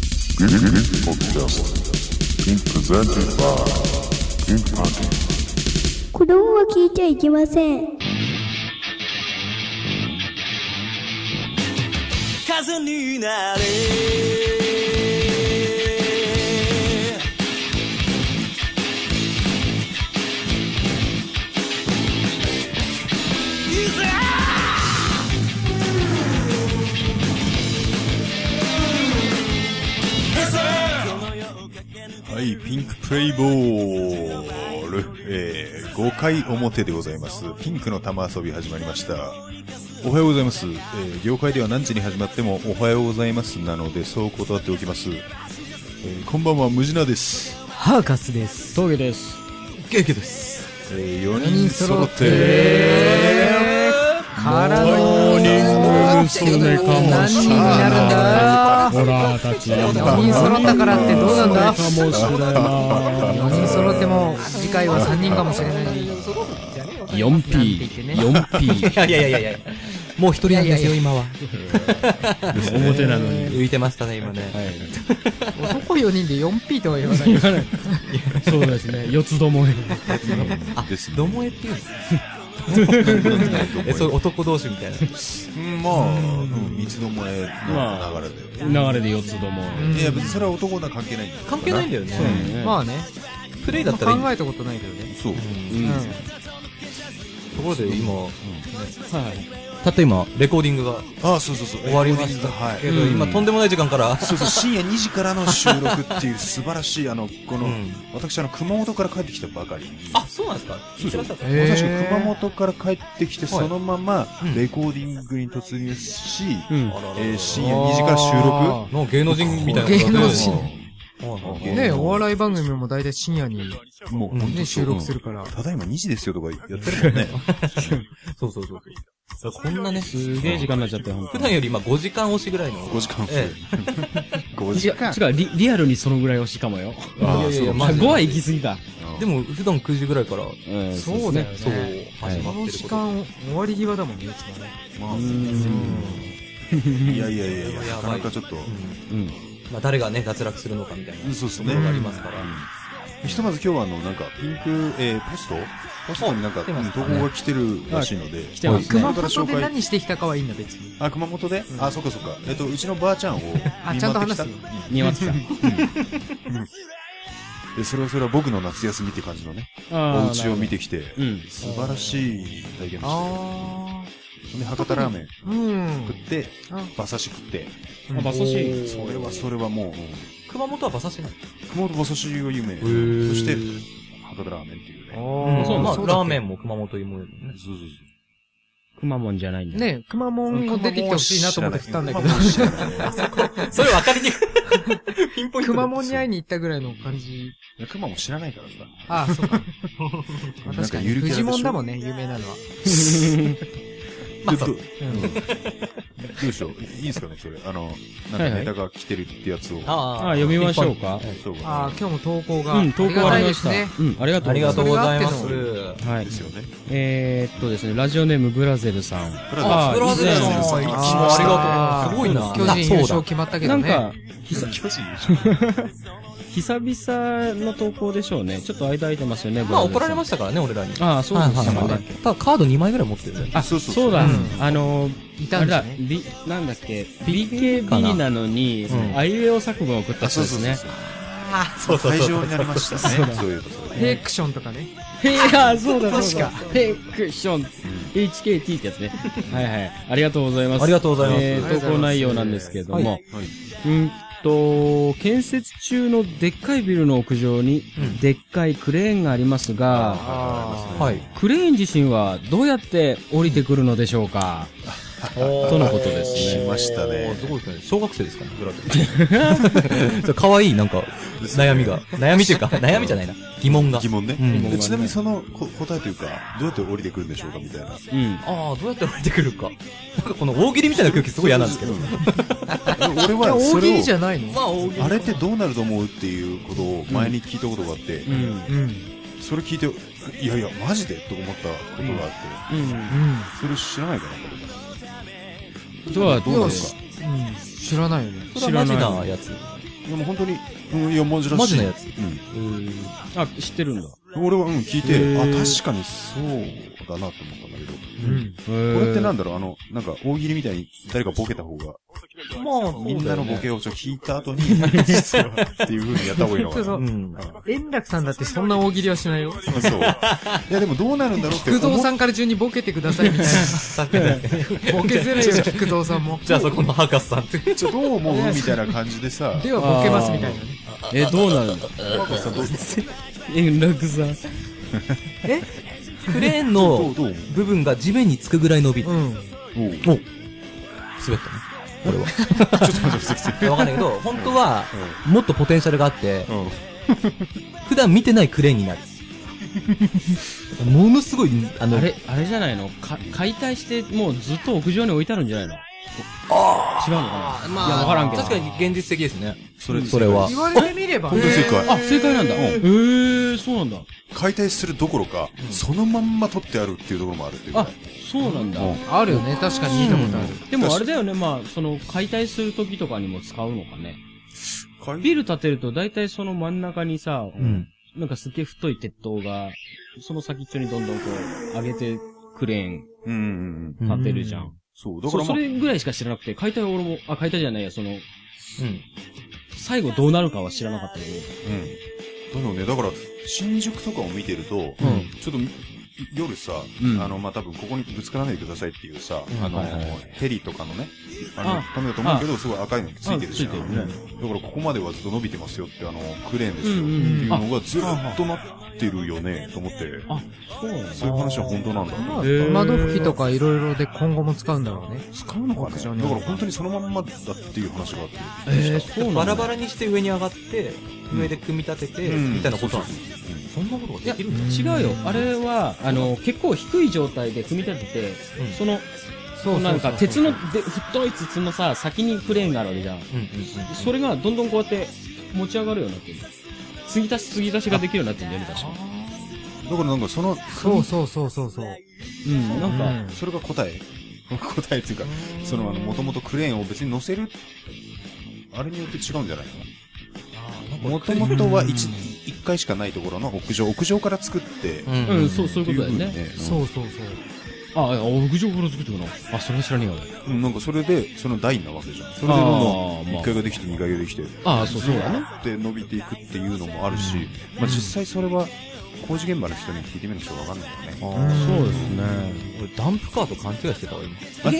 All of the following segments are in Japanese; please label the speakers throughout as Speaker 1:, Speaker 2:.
Speaker 1: This podcast being presented by Pink Party.
Speaker 2: 子供は聞いちゃいけません。
Speaker 3: 風になれいざ
Speaker 4: はい、ピンクプレイボール、えー、5回表でございます。ピンクの玉遊び始まりました。おはようございます。えー、業界では何時に始まってもおはようございますなので、そう断っておきます。えー、こんばんは、ムジナです。
Speaker 5: ハーカスです。峠です。ケーキです。
Speaker 4: えー、4人揃って、
Speaker 5: からの何人になるんだ
Speaker 6: ホラーたち。
Speaker 5: ?4 人揃ったからってどうなんだ
Speaker 6: かもしれない。
Speaker 5: ?4 人揃っても次回は3人かもしれない。4P。
Speaker 7: 4P。
Speaker 5: いやいやいやいやもう一人なんですよ、今は。
Speaker 6: 表なのに。
Speaker 7: 浮いてましたね、今ね。
Speaker 5: 男4人で 4P とは言わない。
Speaker 6: そうですね。四つどもえ。
Speaker 7: あ、
Speaker 4: ですね
Speaker 7: どもえっていうんです え、そう、男同士みたいな。
Speaker 4: うんまあ、うん、三つどもえの流れで。
Speaker 6: 流れで四つども
Speaker 4: いや、別にそれは男なんか関係ないんだよ
Speaker 7: 関係ないんだよね。
Speaker 6: え。
Speaker 5: まあね、
Speaker 7: プレイだったらいい。
Speaker 5: 考えたことないけどね。
Speaker 4: そう。
Speaker 7: ところで今、
Speaker 6: はい。
Speaker 7: たった今、レコーディングが
Speaker 4: ああ、そうそうそう。
Speaker 7: 終わりました
Speaker 4: はい
Speaker 7: け。ど、今とんでもない時間から、
Speaker 4: そうそう深夜2時からの収録っていう素晴らしいあのこの、
Speaker 7: うん
Speaker 4: 私あの熊本から帰ってきたばかり
Speaker 7: あ、そうなんですか行ってらっしゃった
Speaker 5: へー
Speaker 4: 私熊本から帰ってきて
Speaker 7: はい
Speaker 4: そのまま
Speaker 7: うん
Speaker 4: レコーディングに突入し、
Speaker 6: うん
Speaker 4: えー深夜2時から収録
Speaker 7: の芸能人みたいなこと
Speaker 5: 芸能人
Speaker 7: 人
Speaker 5: ねお笑い番組も大体深夜に
Speaker 4: もう本当に
Speaker 5: ね、収録するから。
Speaker 4: ただいま2時ですよとかやってるもんね
Speaker 7: そうそうそうそう。こんなね、
Speaker 6: すげえ時間になっちゃったよ、
Speaker 7: 普段より今5時間押しぐらいの。
Speaker 4: 5時間
Speaker 7: え
Speaker 4: 5
Speaker 6: い
Speaker 4: 時間
Speaker 6: や、違う、リリアルにそのぐらい惜しいかもよ。
Speaker 7: え。いやいやいや、マジ
Speaker 6: 5
Speaker 7: で。
Speaker 6: は行き過ぎた。
Speaker 7: でも普段9時ぐらいから、
Speaker 6: うん
Speaker 5: そうだよ
Speaker 7: そう
Speaker 5: ね。、
Speaker 7: 始ま
Speaker 5: この
Speaker 7: ってる
Speaker 5: 時
Speaker 7: こと。
Speaker 5: 間終わり際だもんね、いつもね。
Speaker 4: まあいやいやいやいやなかなかちょっと、
Speaker 6: うん。
Speaker 7: まあ誰がね、脱落するのかみたいな。
Speaker 4: うんそうですね
Speaker 7: ところがありますから。
Speaker 4: ひとまず今日はあのなんかピンク、えー、ポストポストになんか
Speaker 7: 来てます
Speaker 4: 投
Speaker 7: かね
Speaker 4: 稿が来てるらしいので、
Speaker 6: 来てますね
Speaker 5: 熊
Speaker 4: 熊本から
Speaker 5: 本
Speaker 4: 紹
Speaker 5: で
Speaker 4: 介
Speaker 5: 何してきたかはいいんだ、別に。
Speaker 4: あ、熊本で、あ、そっかそっか。えっと、うちのばあちゃんを
Speaker 5: あ
Speaker 4: 見
Speaker 5: ちゃんと
Speaker 4: 舞ってきた。
Speaker 5: 話すよ
Speaker 6: 見ました。
Speaker 4: で、それはそれは僕の夏休みって感じのね、
Speaker 6: あ
Speaker 4: お家を見てきて、
Speaker 6: うん。
Speaker 4: 素晴らしい体験でし
Speaker 5: あ
Speaker 4: たよ。で、博多ラーメン
Speaker 5: ー。うん。
Speaker 4: 食って
Speaker 5: あ、
Speaker 4: 馬刺し食って、
Speaker 6: あ、馬刺し。
Speaker 4: それはそれはもう、うん
Speaker 7: 熊本は馬刺しなの
Speaker 4: 熊本馬刺しが有名で、
Speaker 7: ー
Speaker 4: そして、博多ラーメンっていうね。
Speaker 5: あー
Speaker 6: そう
Speaker 7: まあ、
Speaker 6: そ
Speaker 7: ラーメンも熊本芋よりもね。
Speaker 4: そうそう
Speaker 6: くまモンじゃないんだ。
Speaker 5: ねくまモンを出てきてほしいなと思って振ったんだけど、
Speaker 7: それ分かりにくい。ピンポイント
Speaker 5: く
Speaker 7: で
Speaker 5: まモンに会いに行ったぐらいの感じ。
Speaker 4: そう。熊も知らないからさ。
Speaker 5: ああ、そうか。
Speaker 4: な
Speaker 5: まあ
Speaker 4: ん
Speaker 5: 確
Speaker 4: か
Speaker 5: かに。
Speaker 4: ゆるキャラでしょ
Speaker 5: フジモンだもんね、有名なのは。
Speaker 4: でどうんどうでしょうい いですかね、それ。あの、なんかネタが来てるってやつを。
Speaker 6: あ、
Speaker 7: あ
Speaker 6: 読みましょうか。
Speaker 4: そうか
Speaker 5: ああ、今日も投稿が。
Speaker 6: うん、投稿ありました。
Speaker 5: ありがたいですね。
Speaker 6: うん、ありがと
Speaker 7: あ
Speaker 6: う
Speaker 7: り
Speaker 6: ございま
Speaker 7: が
Speaker 6: す
Speaker 7: とう。ございま
Speaker 5: そ
Speaker 7: す。
Speaker 6: はい
Speaker 4: で。すよね。
Speaker 6: えー、っとですね、ラジオネームブラゼルさん。
Speaker 4: ブラゼルさん
Speaker 6: あ
Speaker 7: ブラゼルさん
Speaker 6: 以前
Speaker 7: い
Speaker 5: ー
Speaker 7: もうありがとうすごいな
Speaker 5: 巨人優
Speaker 7: そう
Speaker 5: 勝
Speaker 7: だ
Speaker 5: 決まったけ
Speaker 6: な
Speaker 5: ど
Speaker 6: ん
Speaker 5: ね。
Speaker 6: か、
Speaker 4: 巨人優勝
Speaker 6: 久々の投稿でしょうね。ちょっと間空いてますよね、
Speaker 7: まあ、怒られま
Speaker 6: し
Speaker 7: したからね、俺らに。
Speaker 6: た。ああ、そうでした
Speaker 7: はいはいは
Speaker 6: ね
Speaker 7: い。ただ、カード2枚ぐらい持ってるよね。
Speaker 6: あ、
Speaker 4: そうそうそう
Speaker 6: そうだ
Speaker 5: うん。
Speaker 6: あのー、
Speaker 5: い
Speaker 6: あ
Speaker 5: た
Speaker 6: れ
Speaker 5: んだ
Speaker 6: だ、
Speaker 5: ね。
Speaker 6: B、なんだっけ、
Speaker 7: かな
Speaker 6: BKB なのに、
Speaker 7: ん
Speaker 6: あいうえお作文を送った
Speaker 4: あ、
Speaker 6: 人
Speaker 4: そうそ
Speaker 6: で
Speaker 4: う
Speaker 6: す
Speaker 4: そうそ
Speaker 6: ね。
Speaker 4: う。
Speaker 7: あ、そうそう
Speaker 4: 会
Speaker 7: そう
Speaker 4: 場。になりましたね。そういえばそうだ
Speaker 5: フェイクションとかね。
Speaker 6: いや、そうだ、
Speaker 5: 確
Speaker 6: そうだ。
Speaker 5: か
Speaker 6: フェイクッション、HKT ってやつね。はいはい。ありがとうございます。
Speaker 7: ありがとうございます
Speaker 6: えー投稿内容なんですけれども、
Speaker 7: は
Speaker 4: はい。
Speaker 6: うんと、建設中のでっかいビルの屋上に、
Speaker 7: うん
Speaker 6: でっかいクレーンがありますが、
Speaker 5: あ。
Speaker 7: はいい。
Speaker 6: クレーン自身はどうやって降りてくるのでしょうか
Speaker 7: と
Speaker 6: のことですね
Speaker 4: しましたね
Speaker 7: すごいですね。小学生ですかね、グラ フ。かわいい、なんか、悩みが。悩みというか、悩みじゃないな。疑問が。
Speaker 4: 疑問ね
Speaker 7: う。ん
Speaker 6: 問
Speaker 4: でちなみにそのこ答えというか、どうやって降りてくるんでしょうかみたいな。
Speaker 6: うん。
Speaker 7: ああ、どうやって降りてくるか。なんかこの大喜利みたいな空気すごい嫌なんですけど
Speaker 4: う。ん。俺
Speaker 5: いや
Speaker 4: はそ
Speaker 5: 大喜利じ
Speaker 4: れ
Speaker 5: ゃ
Speaker 4: を、
Speaker 5: ないの
Speaker 7: まあ、大喜利。
Speaker 4: あれってどうなると思うっていうことを前に聞いたことがあって
Speaker 6: う、ん。
Speaker 5: うん。うん。
Speaker 4: それ聞いて、いやいや、マジでと思ったことがあっ
Speaker 6: うん。
Speaker 4: て、それ知らないかな、これ。
Speaker 6: どうやって
Speaker 5: 要はしうん知らないよね。
Speaker 7: それはマジなやつ。
Speaker 4: でも本当に、うん、いや、マジらしい。
Speaker 7: マジなやつ
Speaker 4: う
Speaker 6: あ、知ってるんだ。
Speaker 4: ん。俺は、うん、聞いて、
Speaker 6: へ
Speaker 4: あ、
Speaker 6: ー
Speaker 4: 確かにそうだなと思ったんだけど。
Speaker 7: うん。
Speaker 4: こ
Speaker 6: こ
Speaker 4: れってなんだろうあの、なんか、大喜利みたいに誰かボケた方が、
Speaker 7: まあ、
Speaker 4: みんなのボケをちょっと引いた後 に、実は、っていう風にやった方がいいのか
Speaker 5: そ
Speaker 4: な。
Speaker 5: うそ
Speaker 4: そう
Speaker 5: う。
Speaker 7: うん。
Speaker 5: 円楽さんだってそんな大喜利はしないよ。
Speaker 4: そう。いや、でもどうなるんだろうって
Speaker 5: 菊蔵
Speaker 4: っ
Speaker 5: さんから順にボケてくださいみたいな。ボケづらいし、菊蔵さんも。
Speaker 7: じゃあそこの博士さんって。
Speaker 4: ちょどう思うみたいな感じでさ、
Speaker 5: ではボケますみたいなね。
Speaker 6: え、どうなるんだ円楽さん。
Speaker 7: クレーン
Speaker 4: ど
Speaker 7: の
Speaker 4: う、どう思う
Speaker 7: 部分が地面につくぐらい伸びる。
Speaker 5: うん。
Speaker 4: おう
Speaker 7: お滑ったね。俺は。
Speaker 4: ちょっと待って、普通
Speaker 7: いやわかんないけど、本当は、もっとポテンシャルがあって、
Speaker 4: に。うん。
Speaker 7: 普段見てないクレーンになる。ものすごい、あの、
Speaker 6: あれ、あれじゃないのか解体して、もうずっと屋上に置いてあるんじゃないのあ違うのかな、いや、わからんけど。
Speaker 7: 確かに現実的ですね。
Speaker 4: それ、
Speaker 7: それは
Speaker 5: 言。われてみれば
Speaker 4: 本当
Speaker 5: ね。
Speaker 4: に正解。
Speaker 6: あ、正解なんだ。へえー、そうなんだ。
Speaker 4: 解体するどころか、そのまんま取ってあるっていうところもあるっていうか
Speaker 6: あ、そうなんだ。
Speaker 4: うん
Speaker 5: あるよね。確かに見たことある。
Speaker 6: でもあれだよね、まあ、その、解体するときとかにも使うのかね。
Speaker 4: 解
Speaker 6: ビル建てると大体その真ん中にさ、
Speaker 7: うん。
Speaker 6: なんかすっげえ太い鉄塔が、その先っちょにどんどんこう、上げてクレーン
Speaker 4: うんうんうん。
Speaker 6: 立てるじゃん。
Speaker 4: そう、だか
Speaker 6: そ
Speaker 4: ら
Speaker 6: う
Speaker 4: ま
Speaker 6: そ
Speaker 4: あ、
Speaker 6: れぐらいしか知らなくて、解体は俺も、あ、解体じゃないや、その、
Speaker 7: うん。
Speaker 6: 最後どうなるかは知らなかったけど。
Speaker 4: うん。だよね、だから、新宿とかを見てると、ちょっと、夜さ、
Speaker 6: うん
Speaker 4: あの、まあ、多分ここにぶつからないでくださいっていうさ、
Speaker 7: うん
Speaker 4: あの、
Speaker 6: はいはいは
Speaker 4: ヘリとかのね、あ
Speaker 6: あ
Speaker 4: の、ためだと思うけど、すごい赤いのついてるじゃん。
Speaker 6: あついてるね
Speaker 4: だからここまではずっと伸びてますよって、あの、クレーンですよ、
Speaker 6: うん
Speaker 4: っ
Speaker 6: う
Speaker 4: て
Speaker 6: んうん
Speaker 4: いうのがずっとなってるよね、と思って、
Speaker 6: あ、そうなんだ。
Speaker 4: そういう話は本当なんだ。
Speaker 5: まあ
Speaker 6: へー
Speaker 5: 窓拭きとかいろいろで今後も使うんだろうね。
Speaker 4: 使うのかねだ
Speaker 5: 屋上
Speaker 4: か
Speaker 5: にある
Speaker 4: ら本当にそのまんまだっていう話があって。
Speaker 6: えー、そうなんだ。
Speaker 7: バラバラにして上に上がって、上で組み立てて、
Speaker 4: うん
Speaker 7: みたいなことなんですそんなことが
Speaker 6: いや、
Speaker 7: できるんだ。
Speaker 6: 違うよ。あれは、あの、結構低い状態で組み立てて、
Speaker 7: うん
Speaker 6: その、
Speaker 5: そうそうそう
Speaker 6: なんか鉄ので、太い筒のさ、先にクレーンがあるわけじゃん。
Speaker 7: うんうん
Speaker 6: それがどんどんこうやって持ち上がるようになってる。継ぎ足し継ぎ足しができるようになってるんだよね、確か
Speaker 4: だからなんかその、
Speaker 5: そうそうそうそうそう。
Speaker 6: うん、なんか、
Speaker 4: それが答え。答えっていうか、そのあの、もともとクレーンを別に乗せる、あれによって違うんじゃないかな。もともとは一一回しかないところの屋上、屋上から作って、
Speaker 7: うん。
Speaker 6: うん、そう、そういうことだよ
Speaker 4: って
Speaker 6: ね。
Speaker 4: いう風に
Speaker 5: そうそうそう。
Speaker 6: あ、あ屋上から作ってくのあ、それは知らねえよ、俺
Speaker 4: うん。なんかそれで、その台なわけじゃん。それでどんど
Speaker 6: あ
Speaker 4: ん
Speaker 6: ーまあ
Speaker 4: 1階ができて2階ができて、
Speaker 6: ああ、そう、そうだね。
Speaker 4: で伸びていくっていうのもあるし、まあ実際それは工事現場の人に聞いてみるとわかんないよね。
Speaker 6: そうですね。
Speaker 7: 俺、ダンプカーと勘違いしてたわ、今。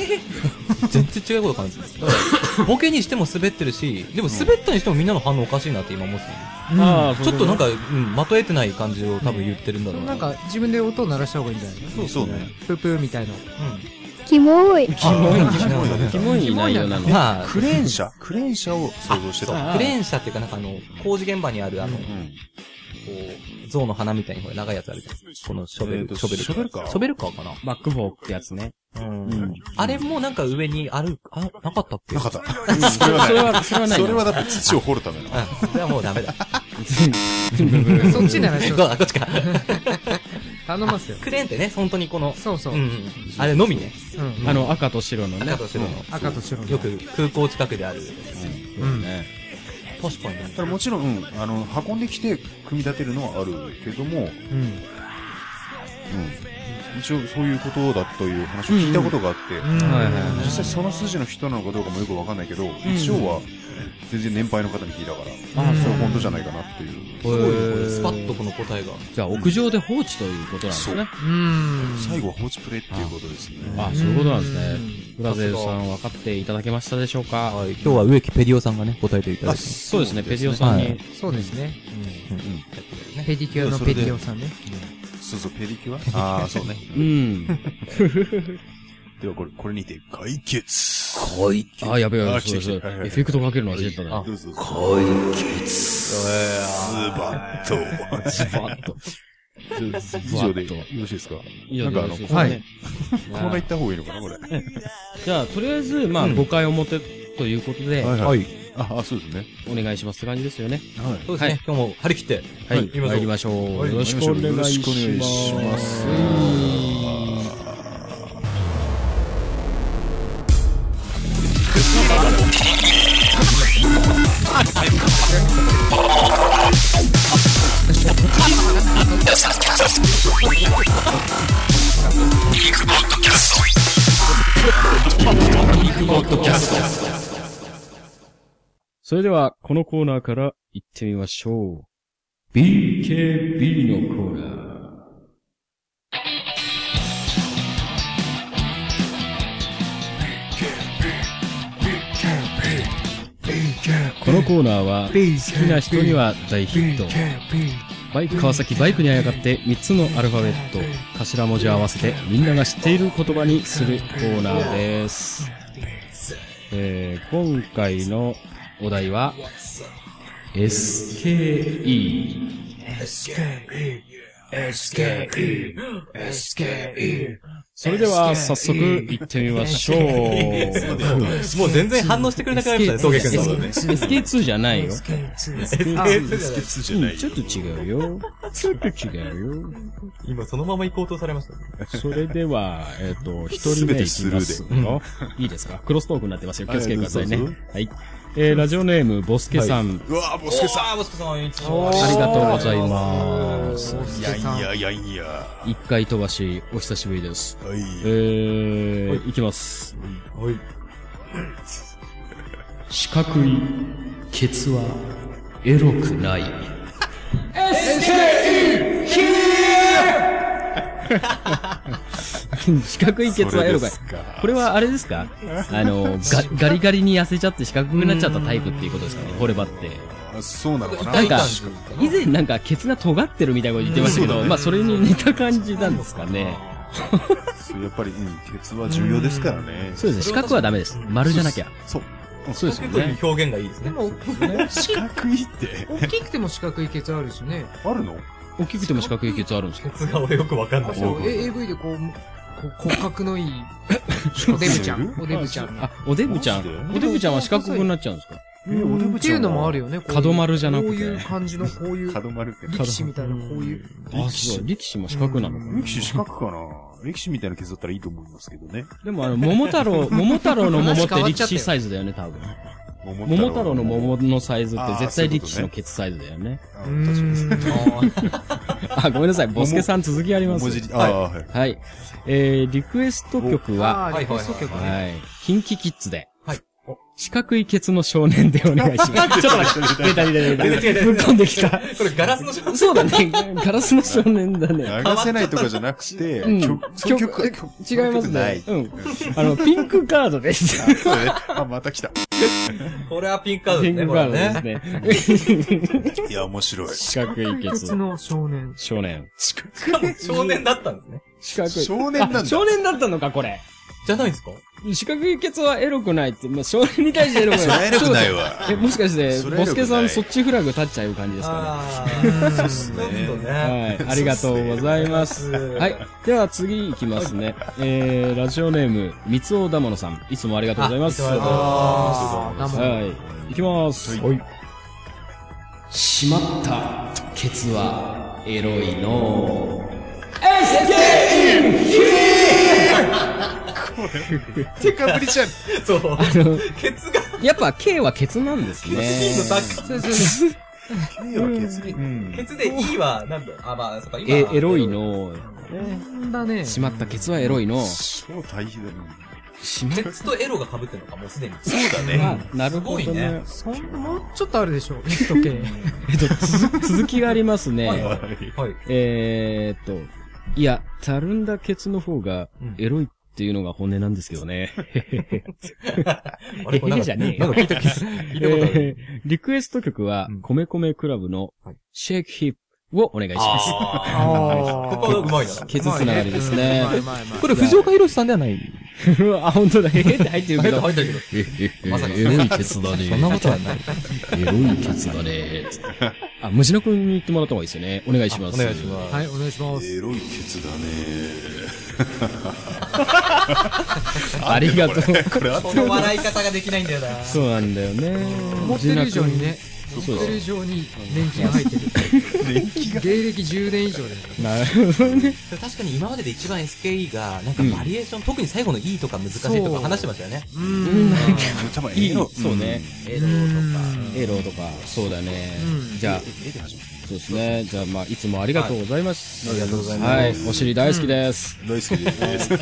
Speaker 7: 全然違うこと感じてただから。ボケにしても滑ってるし、でも滑ったにしてもみんなの反応おかしいなって今思ってたよね
Speaker 6: ああ、
Speaker 7: ちょっとなん
Speaker 6: か、
Speaker 7: か、うん、まとえてない感じを多分言ってるんだろうな。
Speaker 5: なんか自分で音を鳴らした方がいいんじゃないの
Speaker 4: そうそうね。
Speaker 5: プープーみたいな。
Speaker 2: キモい。
Speaker 6: キモいんで
Speaker 4: キ
Speaker 6: し
Speaker 4: モいよね
Speaker 6: ょ。キモい内容なの。
Speaker 7: まあ、
Speaker 4: クレーン車クレーン車を想像して
Speaker 7: そう
Speaker 4: た。
Speaker 7: クレーン車っていうか、なんかあの、工事現場にある、あの、こ
Speaker 4: うん。
Speaker 7: う、象の鼻みたいにほら長いやつあるじゃないですか。このショベ
Speaker 4: え
Speaker 7: ル、
Speaker 4: ーと
Speaker 7: ショベル。
Speaker 4: ショベルカー
Speaker 7: ショベルカーかな。
Speaker 6: バックフォークってやつね。
Speaker 7: うん。あれもなんか上にある、あ、なかったっけ
Speaker 4: なかった。それは
Speaker 6: それ
Speaker 4: ない。
Speaker 6: は、それはない
Speaker 4: そ
Speaker 6: よ。
Speaker 4: れはだって土を掘るための。
Speaker 7: うんそれはもうダメだ。
Speaker 5: そっち鳴らし
Speaker 7: こ
Speaker 5: ま
Speaker 7: あこっちか。
Speaker 5: す。頼ますよ。
Speaker 7: クレーンってね、本当にこの、
Speaker 5: そうそう
Speaker 7: うん。うんあれのみね。
Speaker 5: うん
Speaker 6: あの、赤と白のね
Speaker 7: 赤。と白の。
Speaker 5: 赤と白の。
Speaker 7: よく空港近くである。
Speaker 5: うん。
Speaker 7: 確かにね
Speaker 4: だからもちろん、うんあの、運んできて組み立てるのはあるけども、
Speaker 5: うん。
Speaker 4: うん一応そういうことだという話を聞いたことがあって、
Speaker 5: うん。
Speaker 6: はいはい
Speaker 4: 実際その筋の人なのかどうかもよくわかんないけど、一応は全然年配の方に聞いたから、それは本当じゃないかなっていう。
Speaker 7: すごいねこれスパッとこの答えが。
Speaker 6: じゃあ、屋上で放置ということなんですね。
Speaker 5: うん。
Speaker 4: 最後は放置プレイっていうことですね。
Speaker 6: あ、そういうことなんですね。浦添さん、分かっていただけましたでしょうか
Speaker 7: はい、今日は植木ペディオさんがね、答えていただいて。
Speaker 6: そうですね、ペディオさん
Speaker 7: は
Speaker 6: に。
Speaker 5: そうですね。
Speaker 4: うん
Speaker 5: ペディキュアのペディオさんね。
Speaker 4: そうそう、ペディキュアああ、そうね。
Speaker 6: うん。
Speaker 4: ではこれ、これにて解決。
Speaker 6: あ、やべえやべえ、
Speaker 4: あ来
Speaker 6: そ
Speaker 4: た来た
Speaker 6: うです。エフ
Speaker 4: はいはい
Speaker 6: ェクトかけるの忘れてたな。
Speaker 4: どうぞ。解決。スバッと。
Speaker 6: ズバッと。
Speaker 4: 以上で、よろしいですか
Speaker 6: 以
Speaker 4: な
Speaker 6: 上
Speaker 4: んか
Speaker 6: で
Speaker 4: あ
Speaker 6: よ
Speaker 4: の、
Speaker 6: ろし
Speaker 4: コ
Speaker 6: いです
Speaker 4: ー
Speaker 6: か
Speaker 4: ナー
Speaker 5: はい
Speaker 4: コーナー行った方がいいのかな、これ。
Speaker 6: じゃあ、とりあえず、まあ、
Speaker 7: うん
Speaker 6: 5回表ということで、
Speaker 4: はい
Speaker 7: はい。
Speaker 4: あ、あ、そうですね。
Speaker 6: お願いしますって感じですよね。
Speaker 4: はい。
Speaker 7: そうです
Speaker 6: は
Speaker 7: ね、
Speaker 6: い
Speaker 7: 今日も張り切って。
Speaker 6: はい、
Speaker 7: 行きましょう
Speaker 6: 参りましょう。
Speaker 4: はい
Speaker 6: よろしくお願いします。
Speaker 4: よろしくお願いします
Speaker 6: それでは、このコーナーから行ってみましょう。BKB のコーナー。このコーナーは、好きな人には大ヒット。バイク川崎バイクにあやがって3つのアルファベット、頭文字を合わせてみんなが知っている言葉にするコーナーです。えー、今回のお題は、SKE。それでは早速行ってみましょう。
Speaker 7: もう全然反応してくれなくなりましたね、宗家くん
Speaker 6: SK2 じゃないよ。
Speaker 4: ケツじゃ
Speaker 6: う
Speaker 4: なんい
Speaker 6: ちょっと違うよ。ちょっと違うよ。
Speaker 7: 今そのまま行こうとされましたね。
Speaker 6: それでは、えっ、と、一人目いきます
Speaker 7: 全てスル
Speaker 6: よ。いいですかクロストークになってますよ。気をつけてくださいね。はい。えー、ラジオネーム、ボスケさん。
Speaker 4: うわぁ、ボ
Speaker 7: お
Speaker 4: スケさ
Speaker 7: ー、ボスケさん、いつ
Speaker 5: お
Speaker 7: も
Speaker 5: ー
Speaker 6: ありがとうございます。
Speaker 4: ん。いやいやいやいや。は
Speaker 6: 一回飛ばし、お久しぶりです。え
Speaker 4: い。
Speaker 6: ー、いきます。
Speaker 7: はい。
Speaker 6: 四角い、ケツは、エロくない。SKE! 四角いケツはエロくない
Speaker 4: それですか。
Speaker 6: これはあれですかあの、ガガリガリに痩せちゃって四角くなっちゃったタイプっていうことですかね、惚ればって。
Speaker 4: あそうなのかな
Speaker 6: なんか
Speaker 7: 大胆、
Speaker 6: 以前なんかケツが尖ってるみたいなこと言ってましたけど、まあそれに似た感じなんですかね。
Speaker 4: そうやっぱり、うん、ケツは重要ですからね。
Speaker 6: そうですね、四角はダメです。丸じゃなきゃ。
Speaker 4: そう。
Speaker 6: そうですよ
Speaker 7: 結構
Speaker 6: ね。
Speaker 7: いう表現がいいですね。
Speaker 5: も大き
Speaker 4: 四角いって、
Speaker 5: 大きくても四角いケツあるしね。
Speaker 4: あるの
Speaker 6: 大きくても四角いケツあるんですか
Speaker 7: ケツが俺よくわかんない。
Speaker 5: そう、A- AV でこう、こう骨格のいい、おデブちゃん、おデブちゃんの。
Speaker 6: あ、おデブちゃ
Speaker 4: マジで
Speaker 6: ん。おデブちゃんは四角くなっちゃうんですか
Speaker 4: えーおデブ
Speaker 5: っ
Speaker 4: ち
Speaker 5: て
Speaker 4: ゃん
Speaker 5: い
Speaker 4: は
Speaker 5: うのもあるよね。こういう
Speaker 6: 角丸じゃなくて
Speaker 5: こういう感じの、こういう、
Speaker 4: 角丸って。
Speaker 5: 力士みたいな、こういう。
Speaker 6: あ、すごい。力士も四角なのかな
Speaker 4: 力士四角かな力士みたいなケツだったらいいと思いますけどね。
Speaker 6: でもあの、桃太 郎、桃太郎の桃って
Speaker 5: 話変わっちゃ
Speaker 6: 力
Speaker 5: った
Speaker 6: 士
Speaker 5: よ
Speaker 6: サイズだよね、多分。
Speaker 4: 桃
Speaker 6: 桃太郎の桃のサイズっ
Speaker 4: あ
Speaker 6: て
Speaker 4: ー
Speaker 6: 絶
Speaker 4: そうい
Speaker 6: 対
Speaker 4: うことね
Speaker 6: 力士のケツサイズだよね。
Speaker 4: あ
Speaker 5: う
Speaker 4: 確かに
Speaker 5: ーん。
Speaker 6: あ、ごめんなさい。ボスケさん続きあります
Speaker 4: 桃。尻。ああ、はい。
Speaker 6: はい。えー、リクエスト曲は、
Speaker 5: あー、
Speaker 7: はいはいはい
Speaker 5: リクエスト曲ね。
Speaker 6: はい。キンキキッズで。
Speaker 7: はい。
Speaker 6: 四角いケツの少年でお願いし ます。ちょっと待って。出た出た出た。ぶっ飛んできた。
Speaker 7: これガラスのシャ
Speaker 6: そうだね。ガラスの少年だね。
Speaker 4: 流せないとかじゃなくて、
Speaker 6: うん
Speaker 4: 曲、その曲は、曲
Speaker 6: 違いま
Speaker 4: そ
Speaker 6: す
Speaker 4: の曲ない
Speaker 6: ね。うん。あの、ピンクカードです。
Speaker 4: そうだね。あ、また来た。
Speaker 7: これはピンクカード
Speaker 6: ピ
Speaker 7: で
Speaker 6: ン
Speaker 7: す
Speaker 6: ク
Speaker 7: ね、
Speaker 6: カード
Speaker 7: これね。
Speaker 6: ですね。
Speaker 4: いや、面白い。
Speaker 6: 四角いケ
Speaker 5: ケツ
Speaker 6: ツ。
Speaker 5: の少年。
Speaker 6: 少年。
Speaker 7: しかも少年だったんですね。
Speaker 6: 四角い。
Speaker 4: 少年なんだ
Speaker 6: あ少年だったのか、これ。
Speaker 7: じゃないんですか
Speaker 6: 四角いケツはエロくないって、まあ、少年に対してエロくな
Speaker 4: そ
Speaker 6: い。
Speaker 4: れはエロくないわ
Speaker 6: ちょっとえ、もしかして
Speaker 4: そ、れはエ
Speaker 6: ボ
Speaker 4: ロく
Speaker 6: ス
Speaker 4: ない
Speaker 6: ケさんそっちフラグ立っちゃう感じですかね。
Speaker 7: あー、そうっすね。
Speaker 6: はい、ありがとうございます。はい、では次いきますね。えー、ラジオネーム、三尾だものさん。いつもありがとうございます。
Speaker 7: あいつもありがとうござい
Speaker 5: あー、生
Speaker 6: はい、いきます。はい。しまった、ケツは、エロい の
Speaker 4: 手かぶりじゃん。
Speaker 7: そう。
Speaker 6: の
Speaker 7: ケツが、
Speaker 6: やっぱ、K はケツなんですね。
Speaker 5: そうそう そう
Speaker 4: K はケツに。うん。
Speaker 7: ケツで E は、なんだあ、まあ、そっか、今
Speaker 6: え、エロい。の
Speaker 5: だね。
Speaker 6: しまった、ケツはエロいの
Speaker 4: 超大変だね。
Speaker 6: しまっ
Speaker 7: ケツとエロが被ってるのか、もうすでに。
Speaker 4: そうだね。
Speaker 6: た、なるほど
Speaker 7: すごい
Speaker 6: ね
Speaker 7: ね。
Speaker 5: そんな、もうちょっとあるでしょ。 リフト系。
Speaker 6: えっと、 続続きがありますね。
Speaker 7: はい。
Speaker 6: えーっと、いや、たるんだケツの方が
Speaker 7: うん、
Speaker 6: エロいっていうのが本音なんですけどね。
Speaker 7: あれこれなんか
Speaker 6: じゃねえよ
Speaker 7: なんか聞いた気がする聞いたことある。
Speaker 6: えーリクエスト曲は
Speaker 7: うん、
Speaker 6: コメコメクラブの
Speaker 7: はい、
Speaker 6: シェイクヒップをお願いします。
Speaker 7: あ
Speaker 5: あ
Speaker 7: ーここはうまいな。
Speaker 6: ケツつながりですね。
Speaker 7: これ、藤岡弘さんではない。
Speaker 6: あ、本当だ。えーって入ってるけ
Speaker 7: 入った、
Speaker 6: ど。
Speaker 7: 入ったけど。まさか
Speaker 6: エロいケツだ
Speaker 7: そんなこ
Speaker 6: ね。
Speaker 7: とはない。
Speaker 6: エロいケツだね。あ、ムジナ君に言ってもらった方がいいですよね。お願いし
Speaker 7: お
Speaker 6: ます。
Speaker 7: 願いします。
Speaker 5: はい、お願いします。
Speaker 4: エロいケツだね。
Speaker 6: ありがとう。
Speaker 7: この笑い方ができないんだよな。
Speaker 6: そうなんだよね。
Speaker 5: 持ってる以上にね、
Speaker 4: そ
Speaker 5: 思
Speaker 4: う
Speaker 5: っ
Speaker 4: か
Speaker 5: てる以上に年季が入ってる
Speaker 4: 年季が
Speaker 5: 芸歴10年以上だよ
Speaker 6: なるほどね。
Speaker 7: 確かに今までで一番 SKE がなんかバリエーション、特に最後の E とか難しいと
Speaker 5: そう
Speaker 7: か話してましたよね
Speaker 5: うん
Speaker 4: 多分
Speaker 6: いい
Speaker 4: 絵の
Speaker 6: そうね。
Speaker 7: エローとか
Speaker 6: エロとか、そうだね
Speaker 5: う。ん
Speaker 6: じゃあ、
Speaker 4: 絵で始ま
Speaker 6: そうですね。じゃあ、まあ、いつもありがとうございます。
Speaker 4: はいありがとうございます
Speaker 6: はい、お尻大好きです。
Speaker 4: る大好きです。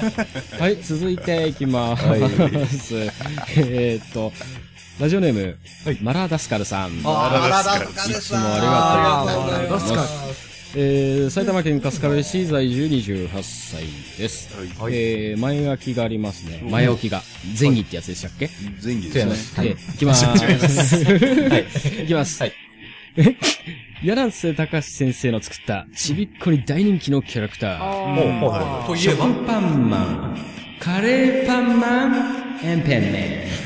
Speaker 6: はい、続いていきます。えーっと、ラジオネーム、マラダスカルさん。いつも
Speaker 7: あ
Speaker 4: ラダスカ
Speaker 6: ありがとうござい
Speaker 5: ラ
Speaker 6: ま
Speaker 5: ス
Speaker 6: す。
Speaker 5: カ
Speaker 6: えー埼玉県春日部市在住28歳です。
Speaker 7: はい
Speaker 6: えー前書きがありますね。前置きが。前儀ってやつでしたっけ、
Speaker 4: 前儀ですね。
Speaker 6: はい、いきます。はい、いきます。
Speaker 7: はい
Speaker 6: 柳瀬隆先生の作った、ちびっこに大人気のキャラクター。
Speaker 7: もうはいといえば
Speaker 6: パンマン、カレーパンマン、エンペンメン。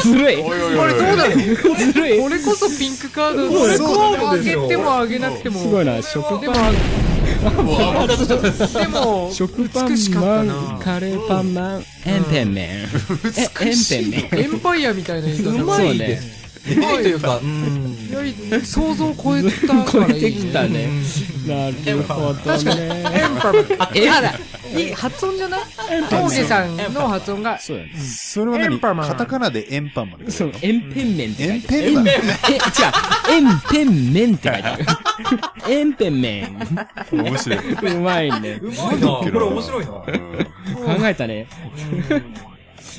Speaker 6: ずるい。
Speaker 5: これどうなの
Speaker 6: ずるい。
Speaker 5: これこそピンクカードこれコード上げても上げなくても
Speaker 6: すごいな、食
Speaker 5: でもでも
Speaker 6: 食パ
Speaker 5: 美し
Speaker 6: ン
Speaker 5: かった
Speaker 6: マン、
Speaker 5: な
Speaker 6: カレーパンマン、エンペンメン。えエンペンメン。
Speaker 5: エンパイアみたいな言い方
Speaker 7: うまいです
Speaker 6: ね。
Speaker 7: うまいというかうん
Speaker 5: いや想像を超えた
Speaker 6: 超
Speaker 5: か
Speaker 6: え
Speaker 5: らいい、ね、
Speaker 6: てきたね。なるほどね。
Speaker 5: エンパムあただいい発音じゃない峠さんの発音が
Speaker 6: そうだね。
Speaker 4: それは
Speaker 5: エ
Speaker 4: 何
Speaker 5: ンパマン
Speaker 4: カタカナでエンパンまで。
Speaker 6: その、エンペンメンって書いてある。
Speaker 4: エンペンメン
Speaker 6: え、違う、エンペンメンって書いてある。エンペンメン。
Speaker 4: 面白い。
Speaker 6: うまいね。
Speaker 7: うまいなこれ面白いな
Speaker 6: 考えたね。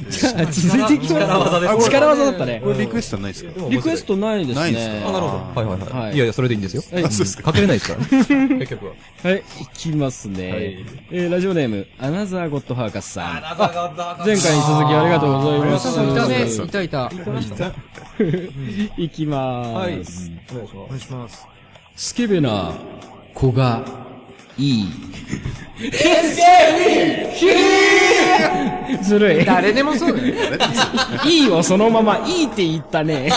Speaker 6: じゃあ、続いていきま。
Speaker 7: 力技ですす
Speaker 6: 力技だったね
Speaker 4: こ。れリクエストないですか
Speaker 6: リクエストないです
Speaker 4: ないんです
Speaker 6: ね
Speaker 4: か。
Speaker 7: あなるほどはいはいはいいやいやそれでいいんですよ
Speaker 6: はい、
Speaker 7: かけれない ですからね結局は
Speaker 6: はい、いきますね。えー、ラジオネーム、アナザーゴッドハーカスさん。前回に続きありがとうございま
Speaker 5: そうそういたね
Speaker 6: す。
Speaker 5: いたいた
Speaker 6: いきまーす。
Speaker 7: お願
Speaker 5: 願
Speaker 7: いします
Speaker 5: いします
Speaker 6: スケベな子がいい。ずるい。
Speaker 5: 誰でもそうだよね
Speaker 6: いいをそのままいいって言った ね。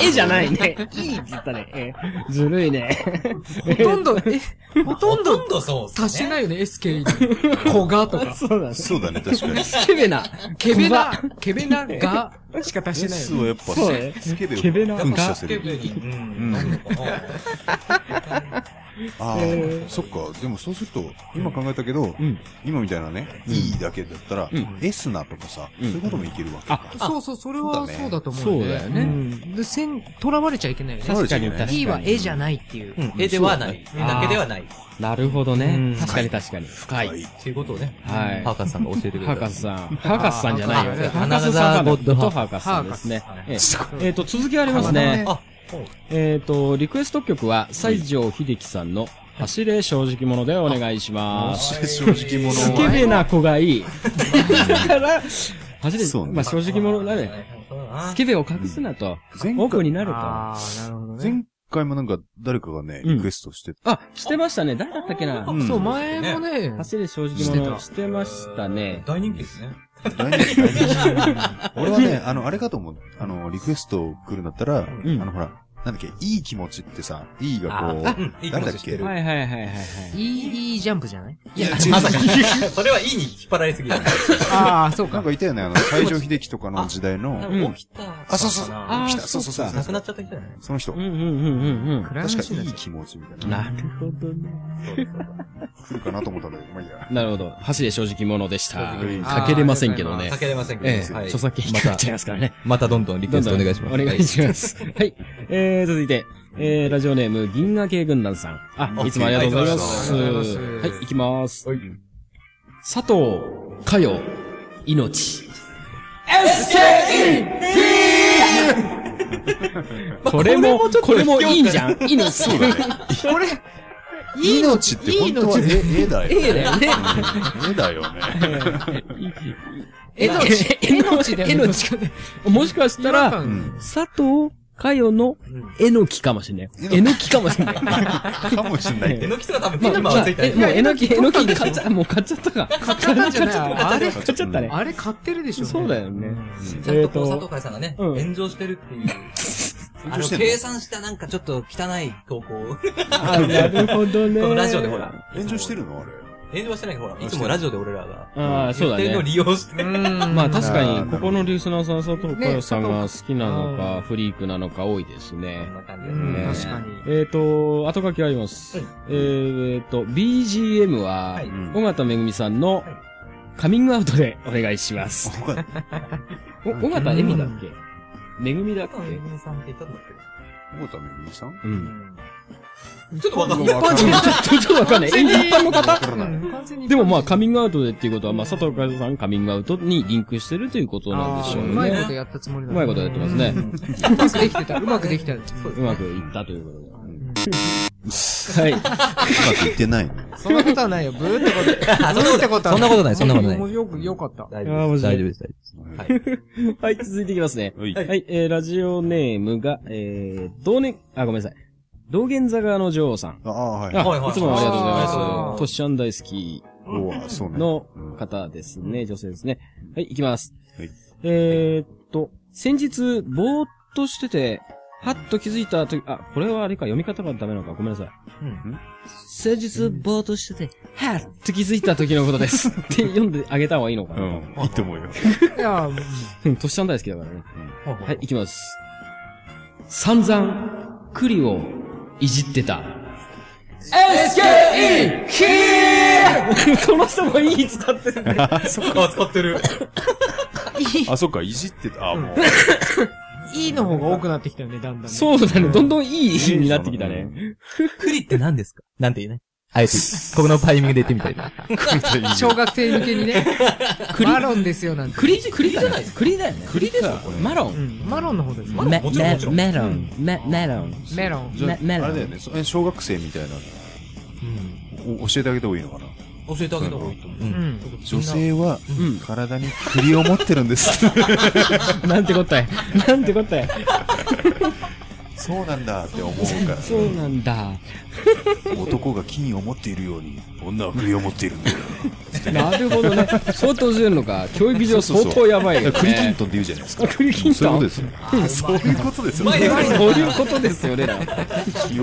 Speaker 6: えじゃないね。いいって言ったね。えずるいね。
Speaker 5: ほとんどえほとん
Speaker 7: ほ
Speaker 5: ど
Speaker 7: とんどそうっすね
Speaker 5: 足してないよね SK に小がとか
Speaker 6: そうだね。
Speaker 4: そうだね、確かに。
Speaker 6: スケベな。
Speaker 5: ケベナケベナがしか足してないよ
Speaker 4: ス
Speaker 5: ね
Speaker 4: をやっぱ
Speaker 6: そうね
Speaker 4: スケベを
Speaker 6: ケベな
Speaker 4: 噴射する。
Speaker 7: うんなるのかな
Speaker 4: ああ、そっか。でもそうすると、今考えたけど、今みたいなね、いいだけだったら、エスナとかさ、そういうこともいけるわけか。
Speaker 5: そうそうそれはそうだと思う
Speaker 6: そうだよね
Speaker 5: うんでせんとらわれちゃいけないよね
Speaker 4: そうですよね
Speaker 6: 確かに
Speaker 5: いいは絵じゃないっていう
Speaker 7: うん絵ではない絵だけではない
Speaker 6: なるほどね。
Speaker 7: うん
Speaker 6: 確かに確かに。深
Speaker 4: はい
Speaker 6: い。
Speaker 7: っていうことをね
Speaker 6: はい
Speaker 7: ハーカスさんが教えてくれた
Speaker 6: ハーカスさん。ハーカスさんじゃないよ。
Speaker 5: あー
Speaker 6: ハーカスさんゴッドハーカスさんですね
Speaker 5: ハ。
Speaker 6: えええーと、続きありますね。
Speaker 7: あ
Speaker 6: えっ、と、リクエスト曲は、西城秀樹さんの、走れ正直者でお願いします。
Speaker 4: 正直者
Speaker 6: スケベな子がいい。だから、走れ、
Speaker 4: そうね
Speaker 6: まあ正直者だね。スケベを隠すなと、
Speaker 4: 前
Speaker 6: オフに
Speaker 4: 回、
Speaker 6: なると。あ、
Speaker 5: ああなるほどね
Speaker 4: 前回もなんか誰かがね、
Speaker 6: うん
Speaker 4: リクエストして、
Speaker 6: してましたね。誰だったっけな
Speaker 4: う。ん
Speaker 5: そう前もね
Speaker 6: 走れ正直
Speaker 5: して
Speaker 6: 者
Speaker 5: た
Speaker 6: してましたね。
Speaker 7: 大人気ですね
Speaker 4: 大人気大人気俺はね、あの、あれかと思う。あの、リクエスト来るんだったら、
Speaker 6: ん
Speaker 4: あの、ほら、なんだっけ、いい気持ちってさ、いいがこ
Speaker 7: うん
Speaker 4: う、
Speaker 7: いい気
Speaker 4: 誰
Speaker 7: 持
Speaker 4: だ
Speaker 7: ち
Speaker 4: っ
Speaker 7: して
Speaker 4: け
Speaker 7: る
Speaker 6: はいはいはいはいは
Speaker 5: い
Speaker 6: い。
Speaker 5: いいいジャンプじゃない
Speaker 7: いや、まさか。それはいいに引っ張られすぎだ。
Speaker 5: ああそう
Speaker 4: なん
Speaker 5: か
Speaker 4: かいたよね、あの、西城秀樹とかの時代の、
Speaker 6: ん
Speaker 7: 起きた。
Speaker 4: あ、そうそう、
Speaker 7: あ
Speaker 4: 来た、そうそうそう
Speaker 7: 亡くなっちゃった人じゃない
Speaker 4: その人
Speaker 6: うん、うんうんうん
Speaker 5: 暗い
Speaker 4: 確
Speaker 5: 話
Speaker 4: か
Speaker 5: になっ
Speaker 4: いい
Speaker 5: ちゃ
Speaker 4: 気持ちみた
Speaker 6: う
Speaker 4: い
Speaker 6: ん。
Speaker 4: な。
Speaker 6: なるほどね。
Speaker 4: 来るかなと思ったんだけど、まあいいや。
Speaker 6: なるほど。走れ正直者でした。
Speaker 7: 正直者
Speaker 6: かけれませんけど
Speaker 5: あ
Speaker 6: ね
Speaker 7: か。けれませんけど。
Speaker 6: ええ、
Speaker 7: はい
Speaker 6: 著作権引っかかっちゃいますからね。
Speaker 7: またどんどんリクエストお願いします。
Speaker 6: お願いします。はい。えー、続いて、えー、ラジオネーム、銀河系軍団さん。あ、
Speaker 7: あ
Speaker 6: いつもありがとうございます。
Speaker 5: ありがとうございます
Speaker 6: はい、行きます。
Speaker 7: はい
Speaker 6: 佐藤、かよ、命。SKE! これも、これもいいじゃん。命。そうだね。
Speaker 5: これ
Speaker 4: 命って本当は絵絵だよ。
Speaker 6: ええだよね。
Speaker 4: 絵だよね。
Speaker 5: 絵のち絵 のちだよね
Speaker 6: えのちもしかした
Speaker 5: 違和
Speaker 6: ら、
Speaker 5: 感
Speaker 6: 佐藤、かよの、えのきかもしれない。えのきかもしれない。
Speaker 4: かもしんない
Speaker 7: え
Speaker 4: ね。
Speaker 7: のきすら多分、
Speaker 6: まあ、
Speaker 7: 今
Speaker 6: ま
Speaker 7: は
Speaker 6: あ、
Speaker 7: ついた
Speaker 6: え、もう、えのき、えのき買っちゃ、もう買っちゃったか。買っ
Speaker 5: ちゃったんじゃないあれ
Speaker 6: 買っちゃったね。
Speaker 5: あれ買ってるでしょ
Speaker 6: そうだよね。
Speaker 7: ちゃんとこう佐藤海さんがね、
Speaker 6: うん
Speaker 7: 炎上してるっていう。あ
Speaker 4: 炎上
Speaker 7: の、
Speaker 4: してんの
Speaker 7: 計算したなんかちょっと汚い投稿を。
Speaker 6: あ、なるほどね。
Speaker 7: このラジオでほら。
Speaker 4: 炎上してるのあれ。
Speaker 7: 炎上はしてないけど、ほら、いつもラジオで俺らが。
Speaker 6: ああ、そうだ
Speaker 7: 言ってるのを
Speaker 6: ね。
Speaker 7: 利用して。
Speaker 6: まあ
Speaker 5: ま
Speaker 6: 確か
Speaker 4: あー
Speaker 6: に、ここのリスナーさん、佐藤佳代さんが好きなの
Speaker 7: ね
Speaker 6: か、フリークなのか多いですね
Speaker 7: こん。な感
Speaker 5: う
Speaker 7: じで
Speaker 5: ん、
Speaker 6: ね
Speaker 5: 確かに。
Speaker 6: えっ、と、後書きあります。
Speaker 7: はい
Speaker 6: えっ、と、BGM は、
Speaker 7: はい
Speaker 6: 尾形めぐみさんの、
Speaker 7: はい
Speaker 6: カミングアウトでお願いします。
Speaker 4: 僕は
Speaker 6: お、尾形恵美だっけめぐみだっけ
Speaker 7: めぐみさんって言ったんだっけ
Speaker 8: 大田めぐみさん
Speaker 6: うん。
Speaker 7: ちょっとわかんない。
Speaker 8: わかんない
Speaker 6: ちょっとわかんない。え一般の
Speaker 8: わ
Speaker 6: 方
Speaker 8: からない。
Speaker 6: でもまあ、カミングアウトでっていうことは、まあ、佐藤海人さんがカミングアウトにリンクしてるということなんでしょうね。
Speaker 5: うまいことやったつもりだ
Speaker 6: うまいことやってますね。
Speaker 5: うまくできてた。うまくできてた。
Speaker 6: うまくいったということで。うんはい。
Speaker 8: まくいってないね。
Speaker 5: そんなことはないよ。ブーってこと。ブーってことは
Speaker 7: そんなことない、そんなことない。
Speaker 5: よく、よかった。
Speaker 7: 大
Speaker 6: あー面
Speaker 7: 丈夫です。
Speaker 6: 白い
Speaker 7: 大丈夫です。大丈夫です。
Speaker 6: はい、続いていきますね。
Speaker 8: はい
Speaker 6: はい、えー、ラジオネームが、えー、同年、あ、ごめんなさい。道玄坂の女王さん。
Speaker 4: ああ、はい。
Speaker 6: あ、
Speaker 7: はい
Speaker 6: い
Speaker 7: はい
Speaker 6: つもありがとうござい
Speaker 5: あ
Speaker 6: ま
Speaker 5: ー
Speaker 6: す。トッシャン大好き
Speaker 8: おわ、そうね。
Speaker 6: の
Speaker 8: うん
Speaker 6: 方ですね、女性ですね。はい、いきます。
Speaker 8: はい
Speaker 6: えーっと、先日、ぼーっとしてて、はっと気づいたとき、あ、これはあれか、読み方がダメなのか、ごめんなさい。
Speaker 7: うん
Speaker 6: 先日、ぼーっとしてて、はっと気づいた時のことです。って読んであげた方がいいのか
Speaker 8: う
Speaker 6: な。
Speaker 8: ん、いいと思うよ。
Speaker 5: いや、
Speaker 6: うん、トシちゃん大好きだからね。
Speaker 7: はい
Speaker 6: はい、いきます。散々、栗をいじってた。SKE! この人もいい使ってるね。
Speaker 7: あ、使ってる。
Speaker 8: あ、そっか、いじってた。あ、もう。
Speaker 5: いいの方が多くなってきたよね、だんだんね。
Speaker 6: そうだね。どんどんいい意味になってきたね。
Speaker 7: 栗って何ですかなんて言うね。あえて、ここのタイミングで言ってみたいな。
Speaker 5: 小学生向けにね。マロンですよ、なんて。
Speaker 6: 栗、栗じゃないです。栗だよね。栗でしょ、マロ
Speaker 5: う
Speaker 6: ン。
Speaker 5: んマロンの方です。
Speaker 7: ロンもちろんもちろん
Speaker 6: メロン。メメロン。
Speaker 5: メロン。
Speaker 8: じゃあ、あ
Speaker 6: メ
Speaker 8: れ
Speaker 6: ロン
Speaker 8: だよね、そ小学生みたいなの。お教えてあげた方がいいのかな
Speaker 7: 教えてあげた方がいいと思う。うん
Speaker 5: うん。
Speaker 8: 女性は
Speaker 6: うん
Speaker 8: 体に栗を持ってるんです。
Speaker 6: なんて答え。なんて答え。
Speaker 8: そうなんだって思うか
Speaker 6: そうなんだ。
Speaker 8: ら。男が金を持っているように、女は栗を持っているんだよ。
Speaker 6: なるほどね。相当強いのか。教育上相当やばいよ、ね。
Speaker 8: 栗キントンって言うじゃないですか。
Speaker 6: 栗きん
Speaker 8: そういう
Speaker 6: と
Speaker 8: こと
Speaker 6: ん
Speaker 8: ですよ。そういうことですよ。
Speaker 6: そういうことですよね。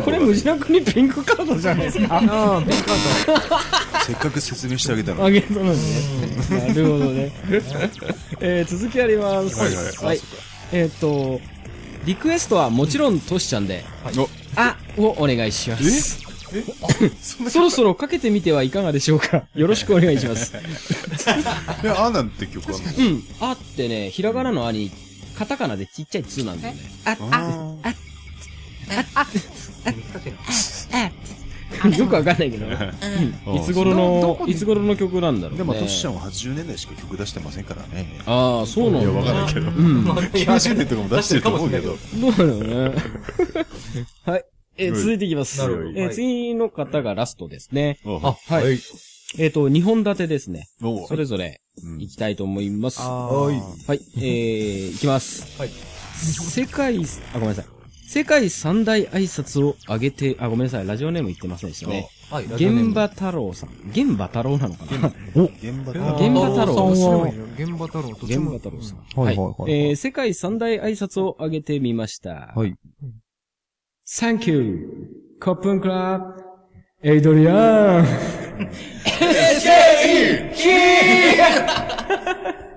Speaker 6: これ無地な国ピンクカードじゃないですか。
Speaker 5: ああ、ビッカー
Speaker 8: せっかく説明してあげたの
Speaker 6: あ
Speaker 8: に。
Speaker 6: げそうなんですね。なるほどね。えー、続きあります。
Speaker 8: はいはい
Speaker 6: はい。えーっ、と、リクエストはもちろんトシちゃんで、あをお願いします。そろそろかけてみてはいかがでしょうか。よろしくお願いします。
Speaker 8: いや、 あなんて曲あるの
Speaker 6: うん。あってね、ひらがなのあに、カタカナでちっちゃい2なんだよね。よくわかんないけど。うんいつ頃
Speaker 5: ど
Speaker 6: の
Speaker 5: こ、で
Speaker 6: いつ頃の曲なんだろうね。
Speaker 8: でも、トシちゃんは80年代しか曲出してませんからね。
Speaker 6: ああ、そうなんだ。
Speaker 8: わかんないけど。
Speaker 6: うん。ど
Speaker 8: 90年とかも出してると思うけど。
Speaker 6: うだろうね。はい。えー続いていきます。
Speaker 7: なるほど
Speaker 6: えー
Speaker 7: はい
Speaker 6: 次の方がラストですね。
Speaker 8: あ
Speaker 7: あ、はい。
Speaker 6: えっ、と、2本立てですね。
Speaker 8: おう
Speaker 6: それぞれ、
Speaker 8: うん
Speaker 6: いきたいと思います。は
Speaker 5: ド。あ
Speaker 6: い。えー、いきます。
Speaker 7: はい
Speaker 6: 世界、あ、ごめんなさい。世界三大挨拶を挙げて、あ、ごめんなさい。ラジオネーム言ってませんでしたね。
Speaker 7: はい。
Speaker 6: 現場太郎さん。現場太郎なのかな
Speaker 8: 現場
Speaker 5: あ。
Speaker 8: だ。
Speaker 6: 現場太郎
Speaker 5: 面白いよ。現場太郎。どっち
Speaker 6: 現
Speaker 5: も
Speaker 6: 場太郎さん。。
Speaker 7: は
Speaker 6: はいい
Speaker 7: はいはい。
Speaker 6: えー、世界三大挨拶を挙げてみました。
Speaker 7: はい。
Speaker 6: Thank you! コップンクラブ、エイドリアン